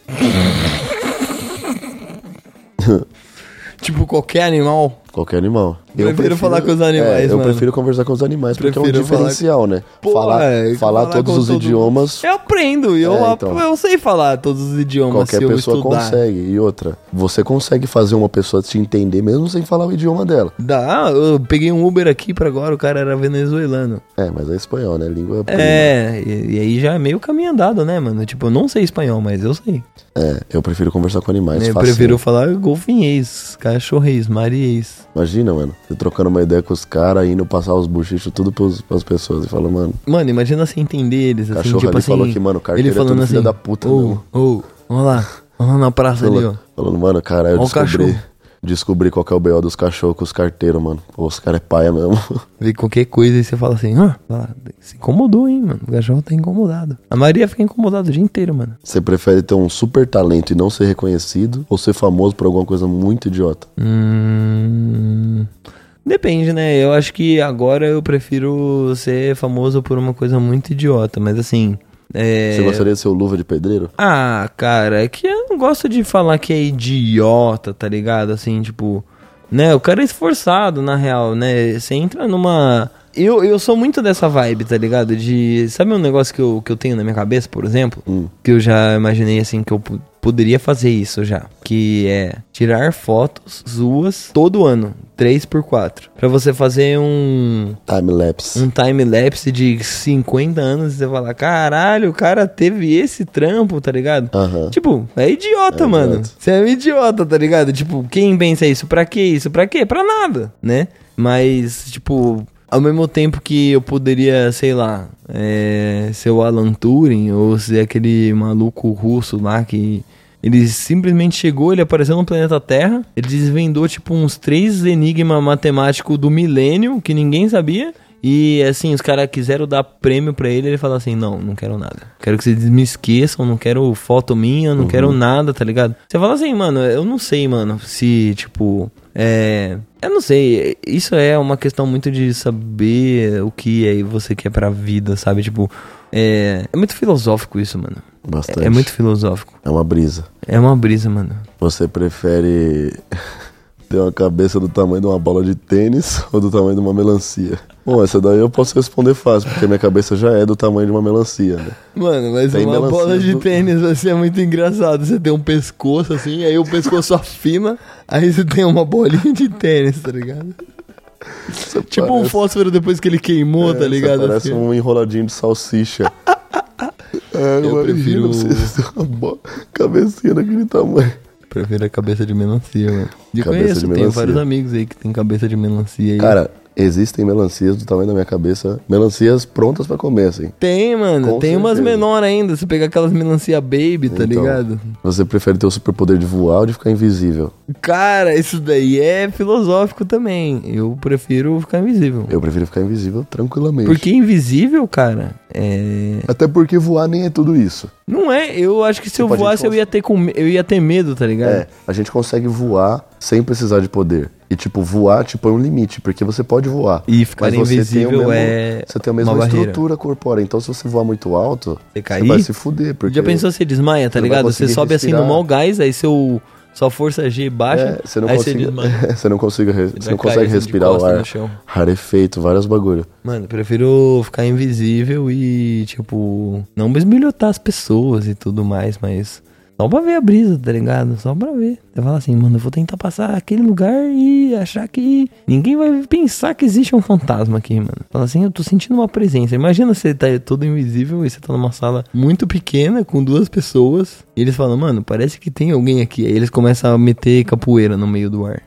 Tipo, qualquer animal... Qualquer animal. Prefiro falar com os animais, é, Eu mano. prefiro conversar com os animais, porque é um Prefiro falar- diferencial, né? Pô, falar, é, falar todos com os todo- idiomas Eu aprendo, eu, É, então. eu sei falar todos os idiomas Qualquer se assim eu pessoa estudar. consegue. E outra, você consegue fazer uma pessoa te entender mesmo sem falar o idioma dela. Dá, eu peguei um Uber aqui pra agora, o cara era venezuelano. É, mas é espanhol, né? Língua prima. É, e, e aí já é meio caminho andado, né, mano? Tipo, eu não sei espanhol, mas eu sei. É, eu prefiro conversar com animais. eu facinho. prefiro falar golfinhês, cachorrês, mariês. Imagina, mano. Você trocando uma ideia com os caras, indo passar os bochichos tudo pros, pras pessoas e falando, mano, Mano, imagina você entender eles, assim, Cachorro tipo ali assim... falou que, mano, ele carteira é tudo falando assim, filha da puta, né?" Ô, não." ô, vamos lá, vamos lá na praça ali, ó. falando, falando, mano, cara, eu Ó o descobri. cachorro. Descobri qual que é o BO dos cachorros com os carteiros, mano. Pô, os caras é paia mesmo. *laughs* Vê qualquer coisa e você fala assim, ah, ela se incomodou, hein, mano. O cachorro tá incomodado. A Maria fica incomodada o dia inteiro, mano. Você prefere ter um super talento e não ser reconhecido ou ser famoso por alguma coisa muito idiota? Hum. Depende, né? Eu acho que agora eu prefiro ser famoso por uma coisa muito idiota, mas assim. É... Você gostaria de ser o luva de pedreiro? Ah, cara, é que eu não gosto de falar que é idiota, tá ligado? Assim, tipo. Né, o cara é esforçado, na real, né? Você entra numa. Eu, eu sou muito dessa vibe, tá ligado? De. Sabe um negócio que eu, que eu tenho na minha cabeça, por exemplo? Que eu já imaginei assim que eu po- poderia fazer isso já. Que é tirar fotos suas todo ano. 3x4. Pra você fazer um Time-lapse. um time-lapse de 50 anos e você fala, caralho, o cara teve esse trampo, tá ligado? Aham. Tipo, é idiota, É mano. idiota. Você é um idiota, tá ligado? Tipo, quem pensa isso? Pra que isso? Pra quê? Pra nada, né? Mas, tipo, ao mesmo tempo que eu poderia, sei lá, é, ser o Alan Turing ou ser aquele maluco russo lá que. Ele simplesmente chegou, ele apareceu no planeta Terra, ele desvendou, tipo, uns três enigmas matemáticos do milênio que ninguém sabia. E assim, os caras quiseram dar prêmio pra ele, ele falou assim: Não, não quero nada. Quero que vocês me esqueçam, não quero foto minha, não quero nada, tá ligado? Você fala assim, mano, eu não sei, mano, se, tipo, é. Eu não sei, isso é uma questão muito de saber o que é você quer pra vida, sabe? Tipo, é. É muito filosófico isso, mano. Bastante. É, é muito filosófico. É uma brisa. É uma brisa, mano. Você prefere *laughs* ter uma cabeça do tamanho de uma bola de tênis *laughs* ou do tamanho de uma melancia? Bom, essa daí eu posso responder fácil, porque minha cabeça já é do tamanho de uma melancia, né? Mano, mas Tem uma melancia bola de do- tênis vai ser muito engraçado. Você tem um pescoço assim, aí o pescoço *laughs* afina, aí você tem uma bolinha de tênis, tá ligado? tipo um parece- fósforo depois que ele queimou, tá Essa ligado? Parece Assim. um enroladinho de salsicha. *laughs* É, Eu imagina prefiro- você ter uma bo- cabecinha daquele tamanho. Prefiro a cabeça de melancia, mano. Eu Cabeça conheço, de tenho melancia. vários amigos aí que tem cabeça de melancia aí. Cara, existem melancias do tamanho da minha cabeça, melancias prontas pra comer, assim. tem, mano. com tem umas certeza. menor ainda. Você pega aquelas melancia baby, tá Então, ligado? Você prefere ter o superpoder de voar ou de ficar invisível? Cara, isso daí é filosófico também. Eu prefiro ficar invisível. Eu prefiro ficar invisível tranquilamente. Porque invisível, cara, é. Até porque voar nem é tudo isso. Não é, eu acho que se eu Tipo, a gente voasse eu cons- ia ter com eu ia ter medo, tá ligado? É, a gente consegue voar sem precisar de poder. E, tipo, voar te põe um limite, porque você pode voar. E ficar mas você invisível tem o mesmo- é Você tem a mesma uma barreira. estrutura corpórea. Então, se você voar muito alto, Você você cair? vai se fuder. Porque Já pensou se desmaia, tá não vai ligado? Você conseguir sobe assim respirar. no mau gás, aí seu, sua força G baixa, É, você não aí consegue, você desmaia. *laughs* você não, consiga, re- você vai não consegue cair, assim, de respirar o costa ar. no chão. Rarefeito, vários bagulho. Mano, eu prefiro ficar invisível e, tipo, não bisbilhotar as pessoas e tudo mais, mas só pra ver a brisa, tá ligado? Só pra ver. Você fala assim, mano, eu vou tentar passar aquele lugar e achar que ninguém vai pensar que existe um fantasma aqui, mano. Fala assim, eu tô sentindo uma presença. Imagina você tá todo invisível e você tá numa sala muito pequena com duas pessoas e eles falam, mano, parece que tem alguém aqui. Aí eles começam a meter capoeira no meio do ar.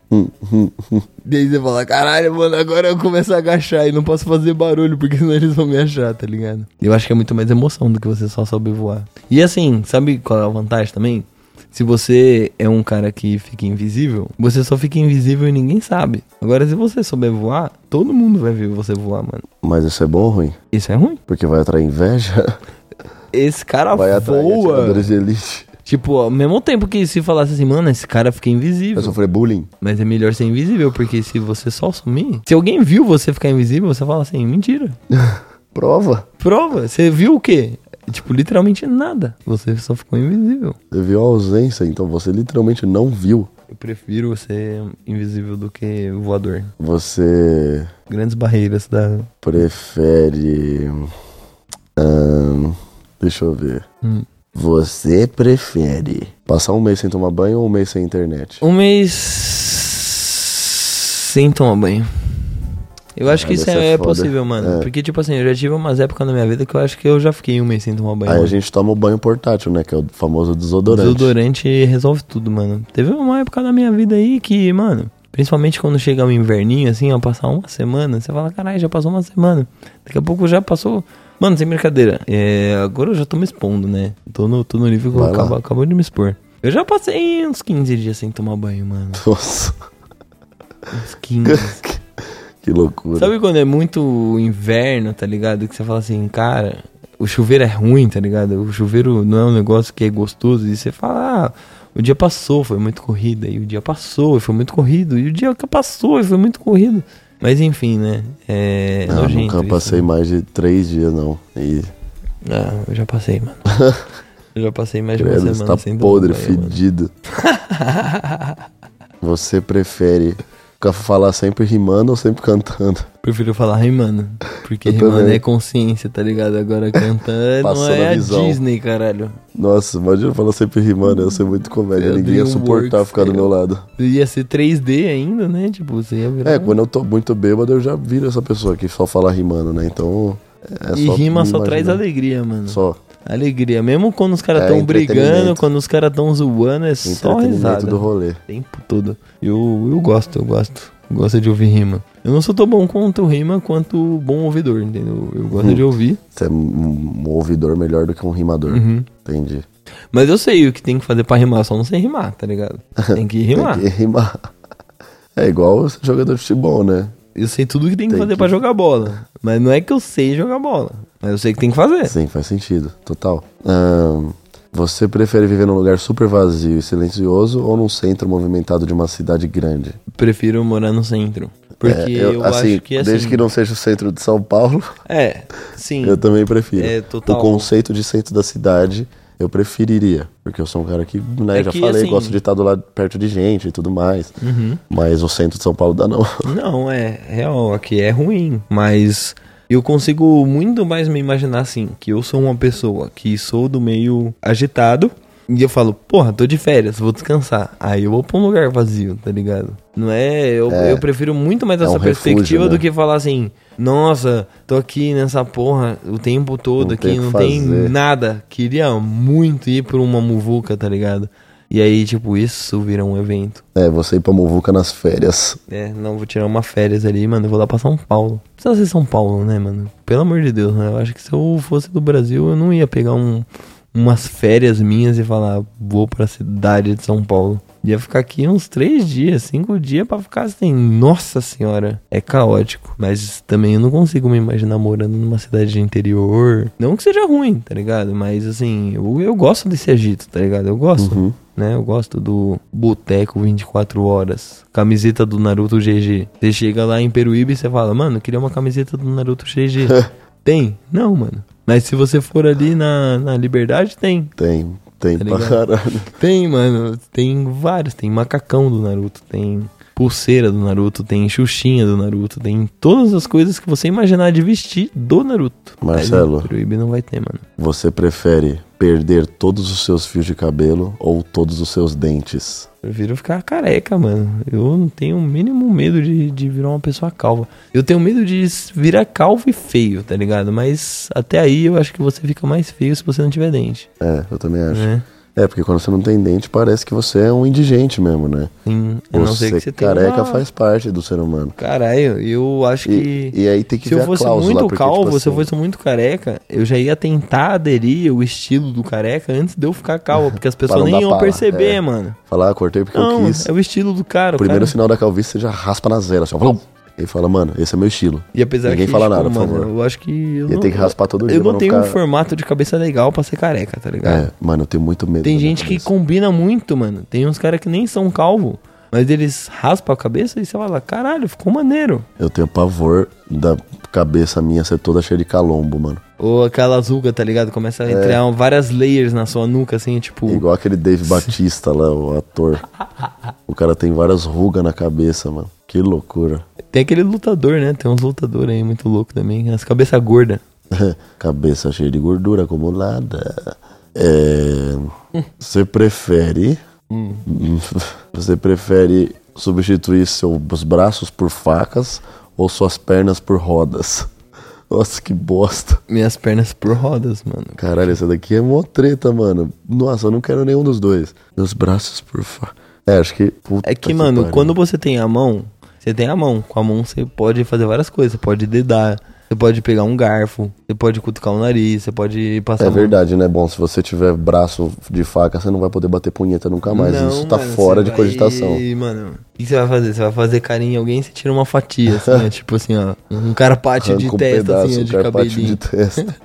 Daí você fala, caralho, mano, agora eu começo a agachar e não posso fazer barulho, porque senão eles vão me achar, tá ligado? Eu acho que é muito mais emoção do que você só saber voar. E assim, sabe qual é a vantagem também? Se você é um cara que fica invisível, você só fica invisível e ninguém sabe. Agora, se você souber voar, todo mundo vai ver você voar, mano. Mas isso é bom ou ruim? Isso é ruim. Porque vai atrair *laughs* inveja, Esse cara vai atrair voa. atiradores de elite. Tipo, ao mesmo tempo que se falasse assim, mano, esse cara fica invisível. Vai sofrer bullying. Mas é melhor ser invisível, porque se você só sumir. Se alguém viu você ficar invisível, você fala assim: mentira. Prova. Prova, você viu o quê? Tipo, literalmente nada. Você só ficou invisível. Você viu a ausência, então você literalmente não viu. Eu prefiro ser invisível do que voador. Você Grandes barreiras da. prefere. ahn, deixa eu ver. Hum. Você prefere passar um mês sem tomar banho ou um mês sem internet? Um mês. sem tomar banho. Eu acho que Caralho, isso essa é, é foda. possível, mano. É. Porque, tipo assim, eu já tive umas épocas na minha vida que eu acho que eu já fiquei um mês sem tomar banho. Aí a mano. gente toma o banho portátil, né? Que é o famoso desodorante. Desodorante resolve tudo, mano. Teve uma época da minha vida aí que, mano, principalmente quando chega o inverninho, assim, ó, passar uma semana, você fala, caralho, já passou uma semana. Daqui a pouco já passou. Mano, sem brincadeira. É, agora eu já tô me expondo, né? Tô no, tô no nível que eu Vai lá. acabo, acabou de me expor. Eu já passei uns 15 dias sem tomar banho, mano. Nossa, *laughs* Uns 15. que loucura. Sabe quando é muito inverno, tá ligado? Que você fala assim, cara, o chuveiro é ruim, tá ligado? O chuveiro não é um negócio que é gostoso. E você fala, ah, o dia passou, foi muito corrida. E o dia passou, e foi muito corrido. E o dia que passou, e foi muito corrido. Mas enfim, né? É Ah, nojento nunca isso, passei né? mais de três dias, não. E Ah, eu já passei, *laughs* mano. eu já passei mais de uma credo, semana você tá sem tomar podre, banho, mano. fedido. *laughs* você prefere ficar- falar sempre rimando ou sempre cantando? Prefiro falar *laughs* rimando. Porque Eu rimando também. é consciência, tá ligado? Agora cantando não Passando a é a visão. Disney, caralho. Nossa, imagina falar sempre rimando, ia ser muito comédia. Eu Ninguém ia dei um suportar works, ficar do eu- meu lado. Ia ser 3D ainda, né? Tipo, você ia virar. É, quando eu tô muito bêbado, eu já viro essa pessoa que só fala rimando, né? Então. É e rima só traz imaginar. alegria, mano. Só. Alegria. Mesmo quando os caras É, tão brigando, entretenimento. quando os caras tão zoando, é só Entretenimento risada. do rolê. O tempo todo. Eu, eu gosto, eu gosto. Gosto de ouvir rima. Eu não sou tão bom quanto rima, quanto bom ouvidor, entendeu? Eu gosto de ouvir. Você é um um ouvidor melhor do que um rimador. Uhum. Entendi. Mas eu sei o que tem que fazer pra rimar, só não sei rimar, tá ligado? *laughs* Tem que rimar. Tem que rimar. *laughs* É igual ser jogador de futebol, né? Eu sei tudo que tem que Tem fazer que- pra jogar bola. Mas não é que eu sei jogar bola. Mas eu sei que tem que fazer. Sim, faz sentido. Total. Ahn, você prefere viver num lugar super vazio e silencioso ou num centro movimentado de uma cidade grande? Prefiro morar no centro. É, Porque eu, assim, acho que assim. Desde que não seja o centro de São Paulo, É, sim. eu também prefiro. É, total. O conceito de centro da cidade, eu preferiria. Porque eu sou um cara que, né, É já que, falei, assim- Uhum. gosto de estar do lado perto de gente e tudo mais. Mas o centro de São Paulo dá não. *laughs* Não, é real, aqui é ruim, mas eu consigo muito mais me imaginar assim, que eu sou uma pessoa que sou do meio agitado e eu falo, porra, tô de férias, vou descansar. Aí eu vou pra um lugar vazio, tá ligado? Não é, eu, eu prefiro muito mais é essa um refúgio, perspectiva do né? que falar assim, nossa, tô aqui nessa porra o tempo todo Não tem aqui, o que não tem fazer. nada. Queria muito ir pra uma muvuca, tá ligado? E aí, tipo, isso vira um evento. É, você ir pra Movuca nas férias. É, não, vou tirar uma férias ali, mano. eu Vou lá pra São Paulo. Não Precisa ser São Paulo, né, mano? Pelo amor de Deus, né? Eu acho que se eu fosse do Brasil, eu não ia pegar um, umas férias minhas e falar, vou pra cidade de São Paulo. Ia ficar aqui uns três dias, cinco dias pra ficar assim. Nossa senhora, é caótico. Mas também eu não consigo me imaginar morando numa cidade de interior. Não que seja ruim, tá ligado? Mas assim, eu, eu gosto desse agito, tá ligado? Eu gosto. né? Eu gosto do Boteco 24 Horas, camiseta do Naruto GG. Você chega lá em Peruíbe e você fala, mano, eu queria uma camiseta do Naruto GG. tem? Não, mano. Mas se você for ali na, na Liberdade, tem. Tem, tem Tá pra ligado? caralho. Tem, mano. Tem vários. Tem macacão do Naruto, tem pulseira do Naruto, tem xuxinha do Naruto, tem todas as coisas que você imaginar de vestir do Naruto. Marcelo. Mas em Peruíbe não vai ter, mano. Você prefere perder todos os seus fios de cabelo ou todos os seus dentes? Prefiro ficar careca, mano. Eu não tenho o mínimo medo de, de virar uma pessoa calva. Eu tenho medo de s- virar calvo e feio, tá ligado? Mas até aí eu acho que você fica mais feio se você não tiver dente, É, eu também acho. né? É, porque quando você não tem dente, parece que você é um indigente mesmo, né? Sim, a não Você, ser que você tenha careca uma- faz parte do ser humano. Caralho, eu acho E, que... e é aí tem que se ver eu a fosse cláusula. muito porque, calvo, tipo se eu assim, fosse muito careca, eu já ia tentar aderir ao estilo do careca antes de eu ficar calvo, porque as pessoas não nem dar iam pala, perceber, é. mano. Falar, ah, cortei porque eu Não, quis. é o estilo do cara. o Primeiro cara... sinal da calvície, você já raspa na zero, assim, ó. Vlum! E fala, mano, esse é meu estilo. E apesar Ninguém que, fala tipo, nada, por mano, favor. eu acho que... Eu Ia ter que raspar todo dia Eu pra não não tenho um ficar- formato de cabeça legal pra ser careca, tá ligado? É, mano, eu tenho muito medo. Tem da minha gente que cabeça. combina muito, mano. Tem uns caras que nem são calvo, mas eles raspam a cabeça e você fala, caralho, ficou maneiro. Eu tenho pavor da cabeça minha ser toda cheia de calombo, mano. Ou aquela azulga, tá ligado? Começa a entrar várias layers na sua nuca, assim, tipo... É. Igual aquele Dave Batista lá, o *laughs* ator. O cara tem várias rugas na cabeça, mano. Que loucura. Tem aquele lutador, né? Tem uns lutadores aí muito louco também. As cabeça gorda. *laughs* Cabeça cheia de gordura acumulada. É. Você prefere. Hum. *laughs* Você prefere substituir seus braços por facas ou suas pernas por rodas? *laughs* Nossa, que bosta. Minhas pernas por rodas, mano. Caralho, essa daqui é mó treta, mano. Nossa, eu não quero nenhum dos dois. Meus braços por fa... É, acho que. puta É que, mano, pariu. quando você tem a mão, você tem a mão. Com a mão você pode fazer várias coisas. Você pode dedar, você pode pegar um garfo, você pode cutucar o nariz, você pode passar. um É a mão- verdade, né? Bom, se você tiver braço de faca, você não vai poder bater punheta nunca mais. Não, Isso tá mano, fora você de vai- cogitação. mano, o que você vai fazer? Você vai fazer carinho em alguém e você tira uma fatia, assim, ó, *laughs* tipo assim, ó. Um carpaccio de Arranca um testa, pedaço, assim, ó, de carpaccio cabelinho. de testa.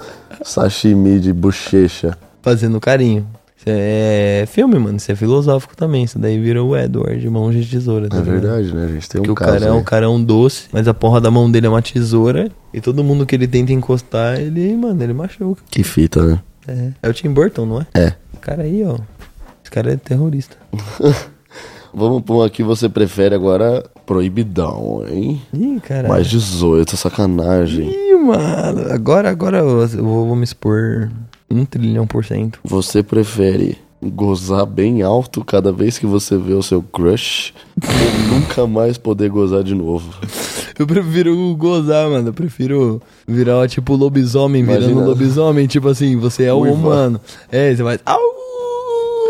*laughs* Sashimi de bochecha. Fazendo carinho. Isso é filme, mano. Isso é filosófico também. Isso daí vira o Edward, mão de tesoura. Tá É ligado? verdade, né, gente? Tem Porque um o cara caso é um aí. carão doce, mas a porra da mão dele é uma tesoura. E todo mundo que ele tenta encostar, ele, mano, ele machuca. Que fita, né? É, é o Tim Burton, não é? É. O cara aí, ó. Esse cara é terrorista. Vamos pôr aqui, você prefere agora proibidão, hein? Ih, cara. Mais 18, sacanagem. Ih, mano. Agora, agora eu eu vou, vou me expor um trilhão por cento. Você prefere gozar bem alto cada vez que você vê o seu crush ou nunca mais poder gozar de novo? Eu prefiro gozar, mano. Eu prefiro virar, ó, tipo, lobisomem virando Imagina. lobisomem. Tipo assim, você é o Uiva. humano. É, você vai. Au!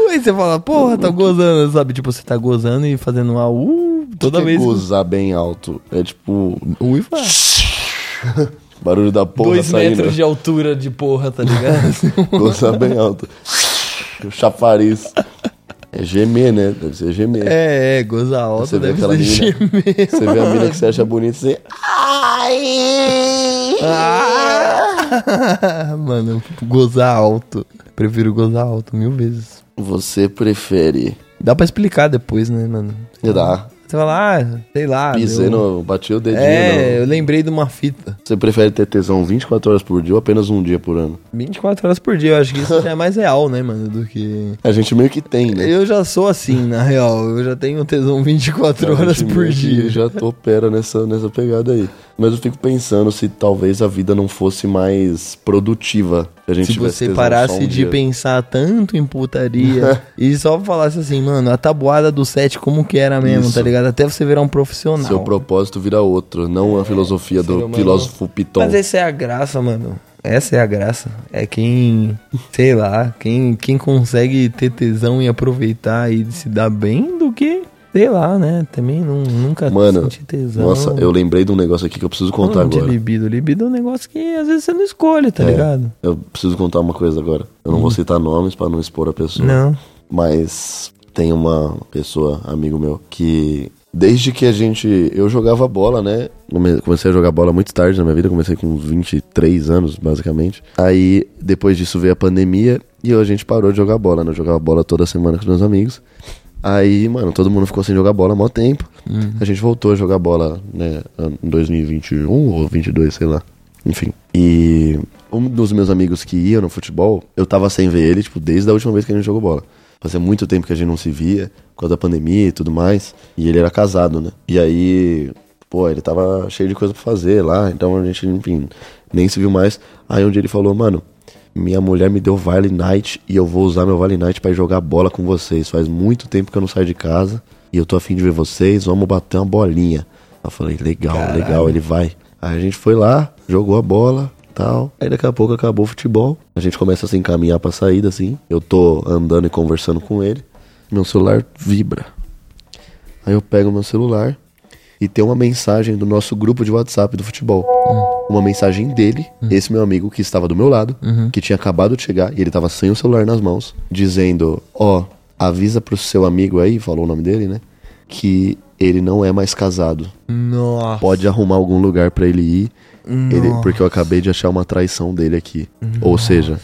Aí você fala, porra, tá gozando, sabe? Tipo, você tá gozando e fazendo um au toda Que vez. que- gozar bem alto é tipo Uiva. barulho da porra tá né? Dois saindo. metros de altura de porra, tá ligado? Gozar bem alto. O chafariz. É gemer, né? Deve ser gemer. *laughs* é, é, gozar alto Você vê deve aquela ser menina- gemer. Você vê a mina que você acha bonita, você Ah! *laughs* Mano, gozar alto. Prefiro gozar alto mil vezes. você prefere Dá pra explicar depois, né, mano? sei lá, Você fala, ah, sei lá. pisei deu- no, bati o dedinho. É, no- eu lembrei de uma fita. Você prefere ter tesão 24 horas por dia ou apenas um dia por ano? 24 horas por dia, eu acho que isso já é mais real, né, mano, do que... A gente meio que tem, né? Eu já sou assim, na real. Eu já tenho tesão 24 horas por Aparentemente, dia. Já tô opera nessa, nessa pegada aí. Mas eu fico pensando se talvez a vida não fosse mais produtiva. Se, a gente Se tivesse você tesão só parasse um de dia. pensar tanto em *laughs* putaria e só falasse assim, mano, a tabuada do set como que era mesmo, Isso. tá ligado? Até você virar um profissional. Seu propósito vira outro, não a filosofia É, ser do humano- filósofo Piton. Mas essa é a graça, mano. Essa é a graça. É quem, sei lá, quem, quem consegue ter tesão e aproveitar e se dar bem do que, sei lá, né? Também não, nunca Mano, senti tesão. nossa, eu lembrei de um negócio aqui que eu preciso contar Falando agora. de libido. Libido é um negócio que às vezes você não escolhe, tá É, ligado? eu preciso contar uma coisa agora. Eu não vou citar nomes pra não expor a pessoa. Uhum. Não. Mas tem uma pessoa, amigo meu, que desde que a gente. Eu jogava bola, né? Come- Comecei a jogar bola muito tarde na minha vida, comecei com 23 anos, basicamente. Aí depois disso veio a pandemia. E a gente parou de jogar bola, né? Eu jogava bola toda semana com os meus amigos. Aí, mano, todo mundo ficou sem jogar bola há maior tempo. A gente voltou a jogar bola, né, em 2021 ou 22, sei lá. Enfim. E um dos meus amigos que ia no futebol, eu tava sem ver ele, tipo, desde a última vez que a gente jogou bola. Fazia muito tempo que a gente não se via, por causa da pandemia e tudo mais. E ele era casado, né? E aí, pô, ele tava cheio de coisa pra fazer lá, então a gente, enfim, nem se viu mais. Aí um dia ele falou, mano, minha mulher me deu Vale Night e eu vou usar meu Vale Night pra ir jogar bola com vocês. Faz muito tempo que eu não saio de casa e eu tô afim de ver vocês, vamos bater uma bolinha. Eu falei, legal, legal, ele vai. Aí a gente foi lá, jogou a bola, tal. Aí daqui a pouco acabou o futebol. A gente começa a se encaminhar pra saída, assim. Eu tô andando e conversando com ele. Meu celular vibra. Aí eu pego meu celular e tem uma mensagem do nosso grupo de WhatsApp do futebol. Uma mensagem dele, esse meu amigo que estava do meu lado, que tinha acabado de chegar e ele estava sem o celular nas mãos, dizendo: Ó, avisa pro seu amigo aí, falou o nome dele, né? Que ele não é mais casado. Nossa. Pode arrumar algum lugar pra ele ir, ele- porque eu acabei de achar uma traição dele aqui. Ou seja.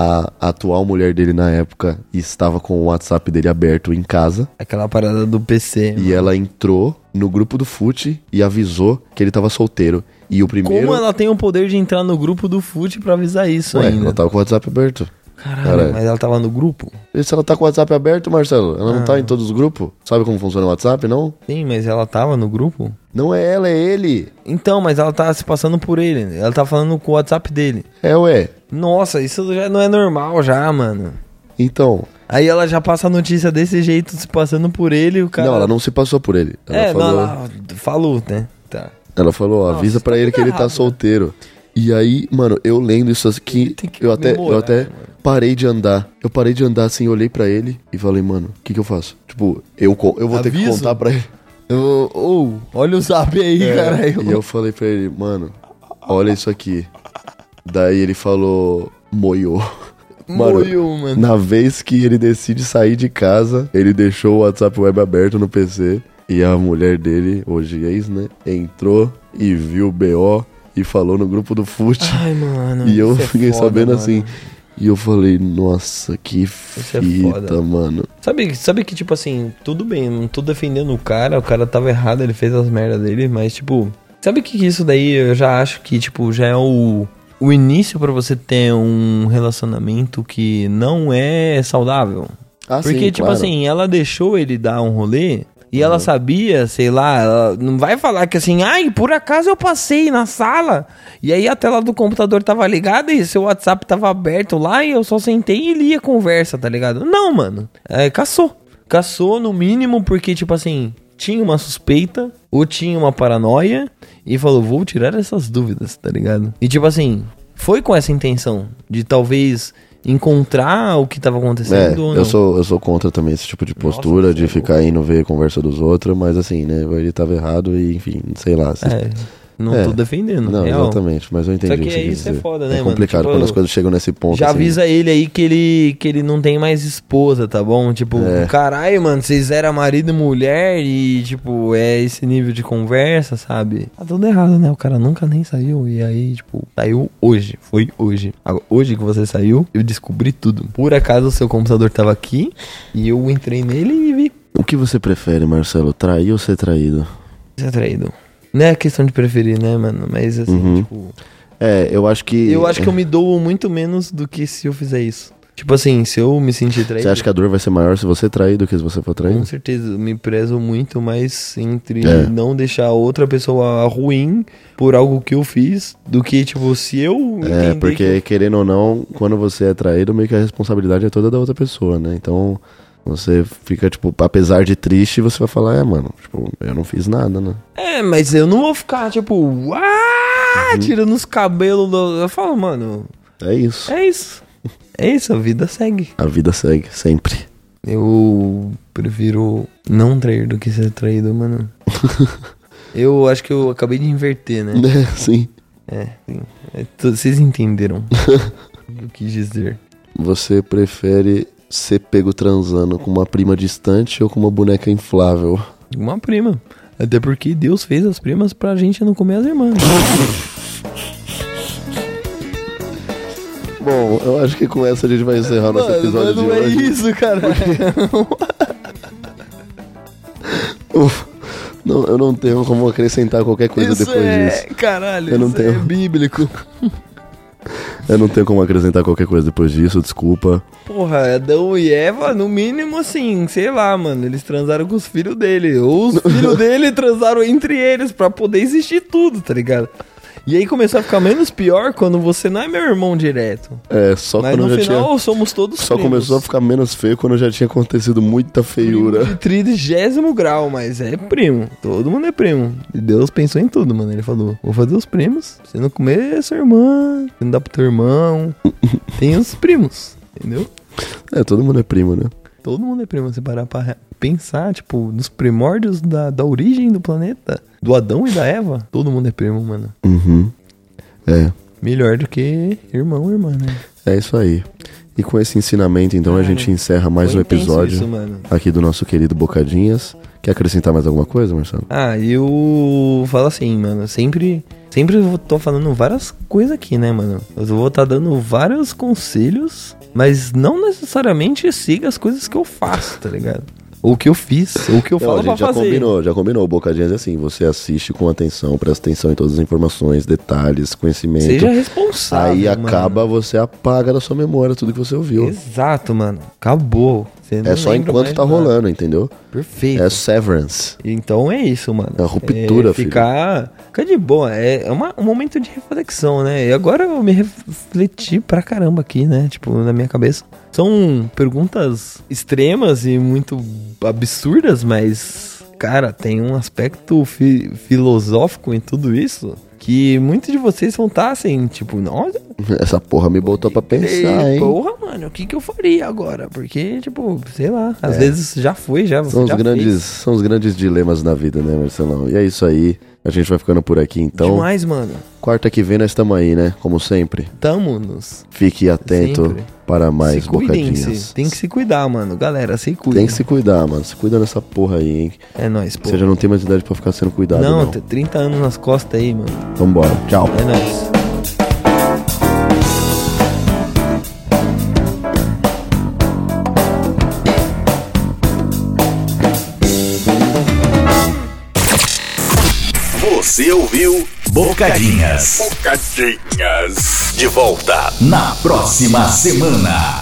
A atual mulher dele na época estava com o WhatsApp dele aberto em casa. Aquela parada do PC. E ela entrou no grupo do Fute e avisou que ele tava solteiro. E o primeiro. Como ela tem o poder de entrar no grupo do Fute pra avisar isso Ué, ainda? ela tava com o WhatsApp aberto. Caralho, Caralho. mas ela tava no grupo? E se ela tá com o WhatsApp aberto, Marcelo? Ela não Ah. tá em todos os grupos? Sabe como funciona o WhatsApp, não? Sim, mas ela tava no grupo? Não é ela, é ele. Então, mas ela tá se passando por ele. Ela tá falando com o WhatsApp dele. É, ué. Nossa, isso já não é normal já, mano. Então. Aí ela já passa a notícia desse jeito, se passando por ele e o cara... Não, ela não se passou por ele. Ela é, falou. não, ela falou, né? Tá. Ela falou, ó, avisa pra ele que ele né?" tá solteiro. E aí, mano, eu lendo isso aqui, Tem que eu até, eu comemorar, até mano. parei de andar. Eu parei de andar assim, olhei pra ele e falei, mano, o que que eu faço? Tipo, eu, co- eu vou ter que Aviso? contar pra ele. Eu- Ou, olha o zap aí, É, caralho. E eu falei pra ele, mano, olha isso aqui. Daí ele falou, *laughs* moiô. Moiô, mano. Na vez que ele decide sair de casa, ele deixou o WhatsApp web aberto no PC. E a mulher dele, hoje ex, né? Entrou e viu o BO e falou no grupo do FUT. Ai, mano. *laughs* e eu Ah, isso é fiquei foda, sabendo mano. assim. E eu falei, nossa, que é fita, foda. mano. Sabe, sabe que, tipo assim, tudo bem, eu não tô defendendo o cara, o cara tava errado, ele fez as merdas dele, mas, tipo, sabe que que isso daí eu já acho que, tipo, já é o, o início pra você ter um relacionamento que não é saudável? Ah, Porque, sim, tipo claro. assim, ela deixou ele dar um rolê e Uhum. ela sabia, sei lá, ela não vai falar que assim, ai, por acaso eu passei na sala e aí a tela do computador tava ligada e seu WhatsApp tava aberto lá e eu só sentei e li a conversa, tá ligado? Não, mano. É, caçou. Caçou no mínimo porque, tipo assim, tinha uma suspeita ou tinha uma paranoia e falou, vou tirar essas dúvidas, tá ligado? E, tipo assim, foi com essa intenção de talvez encontrar o que tava É, acontecendo ou não. é eu sou, eu sou contra também esse tipo de postura de ficar indo ver a conversa dos outros, mas assim, né? Ele tava errado e, enfim, sei lá. se- É, não É. tô defendendo. Não, real. exatamente, mas eu entendi. Só o que que você é quis isso, é dizer. foda, né, É mano? complicado Tipo, quando as coisas chegam nesse ponto. Já assim. avisa ele aí que ele, que ele não tem mais esposa, tá bom? Tipo, É. caralho, mano, vocês eram marido e mulher e, tipo, é esse nível de conversa, sabe? Tá tudo errado, né? O cara nunca nem saiu e aí, tipo, saiu hoje. Foi hoje. Agora, hoje que você saiu, eu descobri tudo. Por acaso o seu computador tava aqui e eu entrei nele e vi O que você prefere, Marcelo? Trair ou ser traído? que você é traído. Não é questão de preferir, né, mano? Mas assim, tipo. É, eu acho que. Eu acho que eu me dou muito menos do que se eu fizer isso. Tipo assim, se eu me sentir traído, *laughs* Você acha que a dor vai ser maior se você trair do que se você for com traído? certeza, eu me prezo muito mais entre É. não deixar outra pessoa ruim por algo que eu fiz do que, tipo, se eu É, entender porque querendo ou não, quando você é traído, meio que a responsabilidade é toda da outra pessoa, né? Então, você fica, tipo, apesar de triste, você vai falar, é, mano, tipo, eu não fiz nada, né? que- É, mas eu não vou ficar, tipo, ah, Uhum. tirando os cabelos. do- Eu falo, mano, É isso. é isso. É isso, a vida segue. A vida segue, sempre. Eu prefiro não trair do que ser traído, *laughs* mano. eu acho que eu acabei de inverter, né? Né? Sim. É, sim. É, tu- vocês *laughs* entenderam o que eu quis dizer. Você prefere ser pego transando com uma prima distante ou com uma boneca inflável? Uma prima. Até porque Deus fez as primas pra gente não comer as irmãs. Bom, eu acho que com essa a gente vai encerrar nosso Mano, episódio mas de não é hoje. isso, cara. Uf, não, eu não tenho como acrescentar qualquer coisa Isso depois é, disso. caralho, Eu não isso é tenho. bíblico. Eu não tenho como acrescentar qualquer coisa depois disso, desculpa. *laughs* Porra, Adão e Eva, no mínimo assim, sei lá, mano, eles transaram com os filhos dele. Ou *laughs* os filhos dele transaram entre eles pra poder existir tudo, tá ligado? E aí começou a ficar menos pior quando você não é meu irmão direto. É, só Mas quando no eu já final tinha. somos todos Só primos. começou a ficar menos feio quando já tinha acontecido muita De feiura. trigésimo grau, mas é primo. Todo mundo é primo. E Deus pensou em tudo, mano. Ele falou: vou fazer os primos. Se não comer, é sua irmã. Se não dá pro teu *laughs* irmão. Tem os primos, entendeu? É, todo mundo é primo, né? Todo mundo é primo. Você parar pra pensar, tipo, nos primórdios da, da origem do planeta, do Adão e da Eva, todo mundo é primo, mano. Uhum. É. Melhor do que irmão, irmã, né? É isso aí. E com esse ensinamento, então, a gente encerra mais Foi um intenso episódio Isso, mano. aqui do nosso querido Bocadinhas. Quer acrescentar mais alguma coisa, Marcelo? Ah, eu falo assim, mano, sempre. Sempre eu tô falando várias coisas aqui, né, mano? Eu vou estar dando vários conselhos, mas não necessariamente siga as coisas que eu faço, tá ligado? Ou que eu fiz, ou que eu Não, falo a pra gente já fazer. combinou, já combinou. O Bocadinhas é assim, você assiste com atenção, presta atenção em todas as informações, detalhes, conhecimento. Seja responsável. Aí mano. acaba, você apaga da sua memória tudo que você ouviu. Exato, mano. Acabou. Você É não só lembra enquanto mais tá nada. rolando, entendeu? Perfeito. É severance. *laughs* Então é isso, mano. É a ruptura, é ficar, ficar de boa. É, é uma- um momento de reflexão, né? E agora eu me refleti pra caramba aqui, né? Tipo, na minha cabeça. São perguntas extremas e muito absurdas, mas, cara, tem um aspecto fi- filosófico em tudo isso que muitos de vocês vão estar assim, tipo, nossa, Essa porra me botou pra pensar, Ei, hein? Porra, mano, o que, que eu faria agora? Porque, tipo, sei lá, às vezes já foi, já você É. São os, já grandes, são os grandes dilemas da vida, né, Marcelão? E é isso aí. A gente vai ficando por aqui, Fez. então. Demais, mano. Quarta que vem nós estamos aí, né? Como sempre. Tamo-nos. Fique atento Sempre. para mais se cuidem bocadinhas. se Tem que se cuidar, mano. Galera, se cuidem. Tem que se cuidar, mano. Se cuida dessa porra aí, hein? É nóis, pô. Você já não tem mais idade pra ficar sendo cuidado, não, não. tem 30 anos nas costas aí, mano. Vambora. Tchau. É nóis. Você ouviu Bocadinhas. Bocadinhas. De volta na próxima semana.